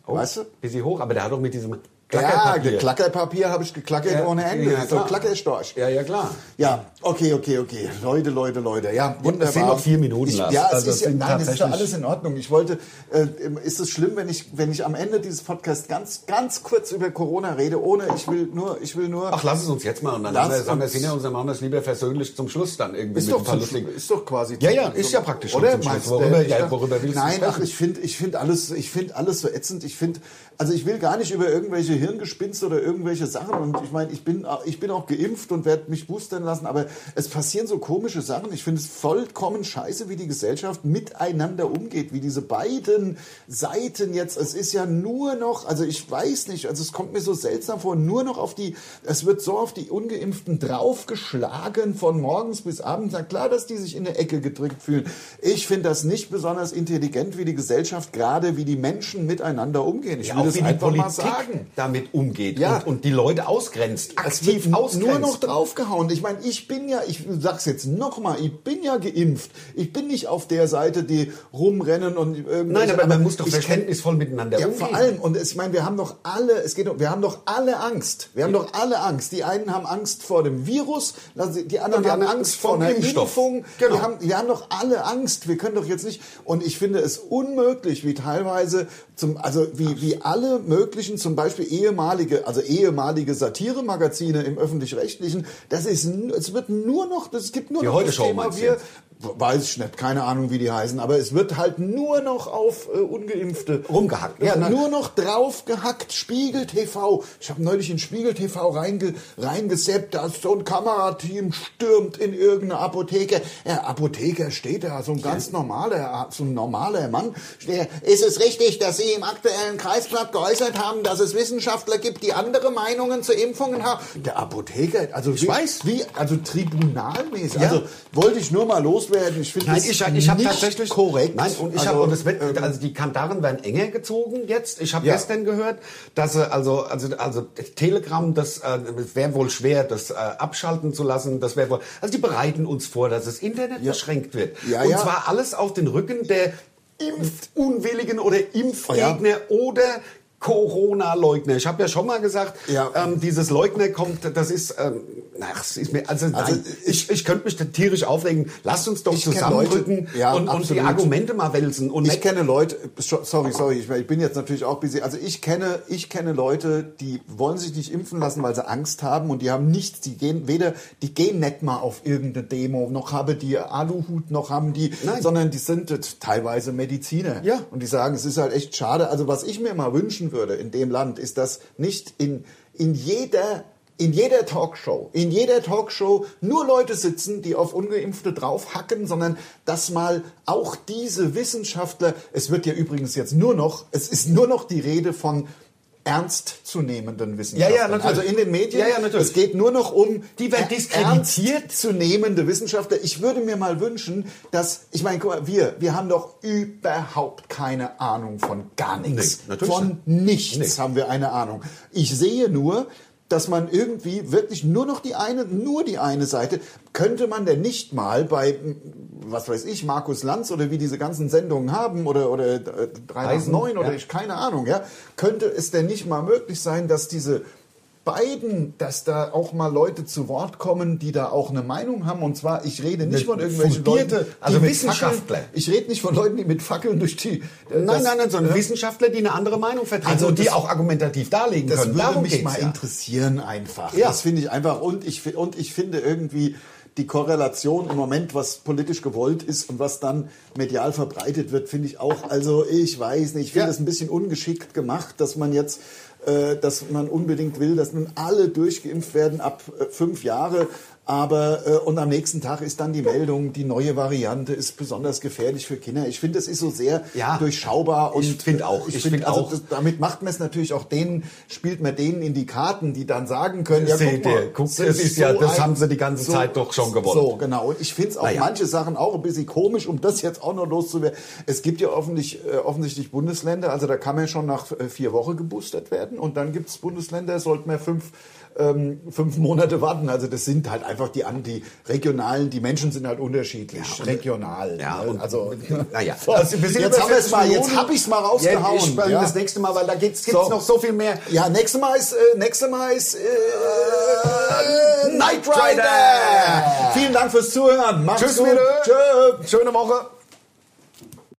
[SPEAKER 2] Weißt du?
[SPEAKER 3] Bisschen hoch, aber der hat doch mit diesem
[SPEAKER 2] Ja,
[SPEAKER 3] Klackerpapier.
[SPEAKER 2] Klackerpapier habe ich geklackert
[SPEAKER 3] Ja,
[SPEAKER 2] ohne Ende. Also
[SPEAKER 3] ja,
[SPEAKER 2] so
[SPEAKER 3] klar.
[SPEAKER 2] Klackerstorch.
[SPEAKER 3] ja, ja, klar.
[SPEAKER 2] Ja, okay, okay, okay. Leute, Leute, Leute. Ja, wunderbar.
[SPEAKER 3] es sind noch vier Minuten,
[SPEAKER 2] Ich,
[SPEAKER 3] Lars.
[SPEAKER 2] ja, es
[SPEAKER 3] Also es
[SPEAKER 2] ist ja,
[SPEAKER 3] sind
[SPEAKER 2] nein, es ist doch
[SPEAKER 3] tatsächlich-
[SPEAKER 2] alles in Ordnung. Ich wollte, äh, ist es schlimm, wenn ich, wenn ich am Ende dieses Podcasts ganz, ganz kurz über Corona rede, ohne ich will nur, ich will nur.
[SPEAKER 3] Ach, lass es uns jetzt mal und dann
[SPEAKER 2] Lass
[SPEAKER 3] haben wir, sagen wir es
[SPEAKER 2] uns-
[SPEAKER 3] hinter uns, dann machen wir es lieber versöhnlich zum Schluss dann irgendwie
[SPEAKER 2] ist
[SPEAKER 3] mit
[SPEAKER 2] doch,
[SPEAKER 3] ein paar
[SPEAKER 2] zum,
[SPEAKER 3] lustigen-
[SPEAKER 2] ist doch quasi
[SPEAKER 3] Ja,
[SPEAKER 2] zum-
[SPEAKER 3] ja, ist
[SPEAKER 2] zum-
[SPEAKER 3] ja praktisch schon
[SPEAKER 2] oder
[SPEAKER 3] zum Schluss.
[SPEAKER 2] meinst
[SPEAKER 3] Worüber-
[SPEAKER 2] du,
[SPEAKER 3] ja,
[SPEAKER 2] ich-
[SPEAKER 3] worüber willst du
[SPEAKER 2] nein ach
[SPEAKER 3] sprechen?
[SPEAKER 2] ich finde ich finde alles ich finde alles so ätzend ich finde also ich will gar nicht über irgendwelche Hirngespinste oder irgendwelche Sachen und ich meine ich bin ich bin auch geimpft und werde mich boostern lassen aber es passieren so komische Sachen ich finde es vollkommen scheiße wie die Gesellschaft miteinander umgeht wie diese beiden Seiten jetzt es ist ja nur noch also ich weiß nicht also es kommt mir so seltsam vor nur noch auf die es wird so auf die ungeimpften draufgeschlagen von morgens bis abends na klar dass die sich in eine Ecke gedrückt fühlen ich finde das nicht besonders intelligent, wie die Gesellschaft gerade, wie die Menschen miteinander umgehen. Ich
[SPEAKER 3] Ja,
[SPEAKER 2] will
[SPEAKER 3] auch
[SPEAKER 2] das
[SPEAKER 3] wie die
[SPEAKER 2] einfach
[SPEAKER 3] Politik
[SPEAKER 2] mal sagen.
[SPEAKER 3] damit umgeht
[SPEAKER 2] Ja.
[SPEAKER 3] und, und die Leute ausgrenzt,
[SPEAKER 2] Es
[SPEAKER 3] aktiv
[SPEAKER 2] wird nu-
[SPEAKER 3] ausgrenzt.
[SPEAKER 2] nur noch draufgehauen. Ich meine, ich bin ja, ich sag's jetzt nochmal, ich bin ja geimpft. Ich bin nicht auf der Seite, die rumrennen und irgendwelche,
[SPEAKER 3] Nein, aber man muss doch
[SPEAKER 2] Also ich kenn-
[SPEAKER 3] verständnisvoll miteinander
[SPEAKER 2] ja,
[SPEAKER 3] umgehen.
[SPEAKER 2] vor allem und es, ich meine, wir haben doch alle, es geht, um- wir haben doch alle Angst. Wir haben doch alle Angst. Die einen haben Angst vor dem Virus, lassen Sie- die anderen
[SPEAKER 3] Und die
[SPEAKER 2] haben
[SPEAKER 3] anderen
[SPEAKER 2] Angst
[SPEAKER 3] vom
[SPEAKER 2] vor einer
[SPEAKER 3] Impfstoff.
[SPEAKER 2] Impfung.
[SPEAKER 3] Genau.
[SPEAKER 2] Wir, haben, wir haben doch alle Angst. Wir können doch jetzt nicht. Und ich finde es unmöglich, wie teilweise zum, also wie, wie alle möglichen, zum Beispiel ehemalige, also ehemalige Satiremagazine im öffentlich-rechtlichen. Das ist, n- es wird nur noch, es gibt nur
[SPEAKER 3] Die
[SPEAKER 2] noch das
[SPEAKER 3] Heute-Show
[SPEAKER 2] Thema.
[SPEAKER 3] meinst du
[SPEAKER 2] Wir,
[SPEAKER 3] jetzt?
[SPEAKER 2] weiß ich nicht, keine Ahnung, wie die heißen, aber es wird halt nur noch auf äh, ungeimpfte
[SPEAKER 3] Rumgehackt.
[SPEAKER 2] ja,
[SPEAKER 3] Ja, nein.
[SPEAKER 2] Also nur noch draufgehackt. Spiegel TV. Ich habe neulich in Spiegel TV reinge reingeseppt. Da ist so ein Kamerateam stürmt in irgendeine Apotheke. Der Apotheker steht da, so ein ganz normaler, so ein normaler Mann. Der, ist es richtig, dass Sie im aktuellen Kreisblatt geäußert haben, dass es Wissenschaftler gibt, die andere Meinungen zu Impfungen haben? Der Apotheker, also ich wie,
[SPEAKER 3] weiß.
[SPEAKER 2] wie, also tribunalmäßig.
[SPEAKER 3] Ja.
[SPEAKER 2] Also wollte ich nur mal loswerden. Ich finde
[SPEAKER 3] Nein,
[SPEAKER 2] das
[SPEAKER 3] ich, ich habe
[SPEAKER 2] nicht
[SPEAKER 3] tatsächlich
[SPEAKER 2] korrekt.
[SPEAKER 3] Nein, und ich
[SPEAKER 2] Also,
[SPEAKER 3] habe und es wird
[SPEAKER 2] ähm,
[SPEAKER 3] also die Kantaren werden enger gezogen jetzt. Ich habe
[SPEAKER 2] Ja.
[SPEAKER 3] gestern gehört, dass sie also also also Telegram, das äh, es wäre wohl schwer, das äh, abschalten zu lassen. Das wäre wohl also die bereiten uns vor, dass das Internet
[SPEAKER 2] Ja.
[SPEAKER 3] beschränkt wird
[SPEAKER 2] Ja,
[SPEAKER 3] und
[SPEAKER 2] ja.
[SPEAKER 3] zwar alles auf den Rücken der Impfunwilligen oder Impfgegner
[SPEAKER 2] Oh ja.
[SPEAKER 3] oder Corona-Leugner. Ich habe ja schon mal gesagt,
[SPEAKER 2] Ja.
[SPEAKER 3] ähm, dieses Leugner kommt, das ist, ähm, ach, es ist mir, also,
[SPEAKER 2] Also,
[SPEAKER 3] nein, ich, ich könnte mich da tierisch aufregen. Lasst uns doch
[SPEAKER 2] Ich kenn
[SPEAKER 3] zusammendrücken
[SPEAKER 2] Leute- ja,
[SPEAKER 3] und, und die
[SPEAKER 2] absolut.
[SPEAKER 3] Argumente mal wälzen. Und
[SPEAKER 2] ich kenne Leute, so- sorry, sorry, ich- ich bin jetzt natürlich auch busy. Also ich kenne, ich kenne Leute, die wollen sich nicht impfen lassen, weil sie Angst haben und die haben nichts. Die gehen weder, die gehen nicht mal auf irgendeine Demo, noch haben die Aluhut, noch haben die,
[SPEAKER 3] Nein.
[SPEAKER 2] sondern die sind jetzt teilweise Mediziner.
[SPEAKER 3] Ja.
[SPEAKER 2] Und die sagen, es ist halt echt schade. Also was ich mir mal wünschen würde in dem Land, ist, dass nicht in, in jeder in jeder Talkshow, in jeder Talkshow nur Leute sitzen, die auf Ungeimpfte draufhacken, sondern dass mal auch diese Wissenschaftler, es wird ja übrigens jetzt nur noch, es ist nur noch die Rede von ernstzunehmenden Wissenschaftlern.
[SPEAKER 3] natürlich.
[SPEAKER 2] Also in den Medien,
[SPEAKER 3] Ja, ja, natürlich.
[SPEAKER 2] es geht nur noch um
[SPEAKER 3] Die werden
[SPEAKER 2] er-
[SPEAKER 3] diskreditiert.
[SPEAKER 2] ernstzunehmende Wissenschaftler. Ich würde mir mal wünschen, dass, ich meine, guck mal, wir, wir haben doch überhaupt keine Ahnung von gar nichts.
[SPEAKER 3] Nee, natürlich
[SPEAKER 2] von
[SPEAKER 3] nicht.
[SPEAKER 2] nichts
[SPEAKER 3] Nee.
[SPEAKER 2] haben wir eine Ahnung. Ich sehe nur, dass man irgendwie wirklich nur noch die eine, nur die eine Seite, könnte man denn nicht mal bei, was weiß ich, Markus Lanz oder wie diese ganzen Sendungen haben oder, oder äh, 309 oder
[SPEAKER 3] ja.
[SPEAKER 2] ich, keine Ahnung, ja, könnte es denn nicht mal möglich sein, dass diese beiden, dass da auch mal Leute zu Wort kommen, die da auch eine Meinung haben und zwar, ich rede nicht
[SPEAKER 3] Eine
[SPEAKER 2] von irgendwelchen
[SPEAKER 3] fundierte,
[SPEAKER 2] Leuten, die
[SPEAKER 3] also
[SPEAKER 2] mit
[SPEAKER 3] Wissenschaftler.
[SPEAKER 2] Fackeln, ich rede nicht von Leuten, die mit Fackeln durch die... äh,
[SPEAKER 3] Nein,
[SPEAKER 2] das-
[SPEAKER 3] nein, nein, sondern Wissenschaftler, die eine andere Meinung vertreten
[SPEAKER 2] Also
[SPEAKER 3] und die
[SPEAKER 2] das-
[SPEAKER 3] auch argumentativ darlegen
[SPEAKER 2] Das
[SPEAKER 3] können.
[SPEAKER 2] würde
[SPEAKER 3] Darum
[SPEAKER 2] mich
[SPEAKER 3] geht's
[SPEAKER 2] mal
[SPEAKER 3] ja.
[SPEAKER 2] interessieren einfach.
[SPEAKER 3] Ja.
[SPEAKER 2] Das finde ich einfach. Und ich, fi- und ich finde irgendwie die Korrelation im Moment, was politisch gewollt ist und was dann medial verbreitet wird, finde ich auch. Also ich weiß nicht, ich finde
[SPEAKER 3] Ja.
[SPEAKER 2] das ein bisschen ungeschickt gemacht, dass man jetzt äh, dass man unbedingt will, dass nun alle durchgeimpft werden ab äh, fünf Jahre, aber äh, und am nächsten Tag ist dann die Meldung, die neue Variante ist besonders gefährlich für Kinder. Ich finde, das ist so sehr
[SPEAKER 3] Ja.
[SPEAKER 2] durchschaubar und
[SPEAKER 3] Ich finde auch.
[SPEAKER 2] Ich
[SPEAKER 3] Ich
[SPEAKER 2] finde
[SPEAKER 3] finde
[SPEAKER 2] also
[SPEAKER 3] auch.
[SPEAKER 2] das, damit macht man es natürlich auch denen, spielt man denen in die Karten, die dann sagen können, ja,
[SPEAKER 3] Seht
[SPEAKER 2] guck mal,
[SPEAKER 3] ihr, guck, das ist ja- das haben sie die ganze
[SPEAKER 2] so-
[SPEAKER 3] Zeit doch schon gewollt.
[SPEAKER 2] So, genau. Und ich finde es auch
[SPEAKER 3] Naja.
[SPEAKER 2] manche Sachen auch ein bisschen komisch, um das jetzt auch noch loszuwerden. Es gibt ja offensichtlich, äh, offensichtlich Bundesländer, also da kann man schon nach äh, vier Wochen geboostert werden und dann gibt es Bundesländer, sollte man fünf ähm, fünf Monate warten. Also das sind halt einfach die, an- die regionalen, die Menschen sind halt unterschiedlich, regional.
[SPEAKER 3] Ja,
[SPEAKER 2] ne?
[SPEAKER 3] und-
[SPEAKER 2] also,
[SPEAKER 3] naja.
[SPEAKER 2] so,
[SPEAKER 3] Also wir sind
[SPEAKER 2] jetzt
[SPEAKER 3] über
[SPEAKER 2] haben wir es
[SPEAKER 3] 40
[SPEAKER 2] mal, jetzt
[SPEAKER 3] Minuten.
[SPEAKER 2] habe ich es mal rausgehauen.
[SPEAKER 3] ich
[SPEAKER 2] ja.
[SPEAKER 3] das nächste Mal, weil da gibt's, gibt's
[SPEAKER 2] So.
[SPEAKER 3] noch so viel mehr.
[SPEAKER 2] Ja, nächstes Mal ist, äh, nächstes Mal ist äh, Night Rider.
[SPEAKER 3] Rider.
[SPEAKER 2] Vielen Dank fürs Zuhören. Macht's
[SPEAKER 3] Tschüss,
[SPEAKER 2] gut.
[SPEAKER 3] Mädel.
[SPEAKER 2] Tschö.
[SPEAKER 3] Schöne Woche.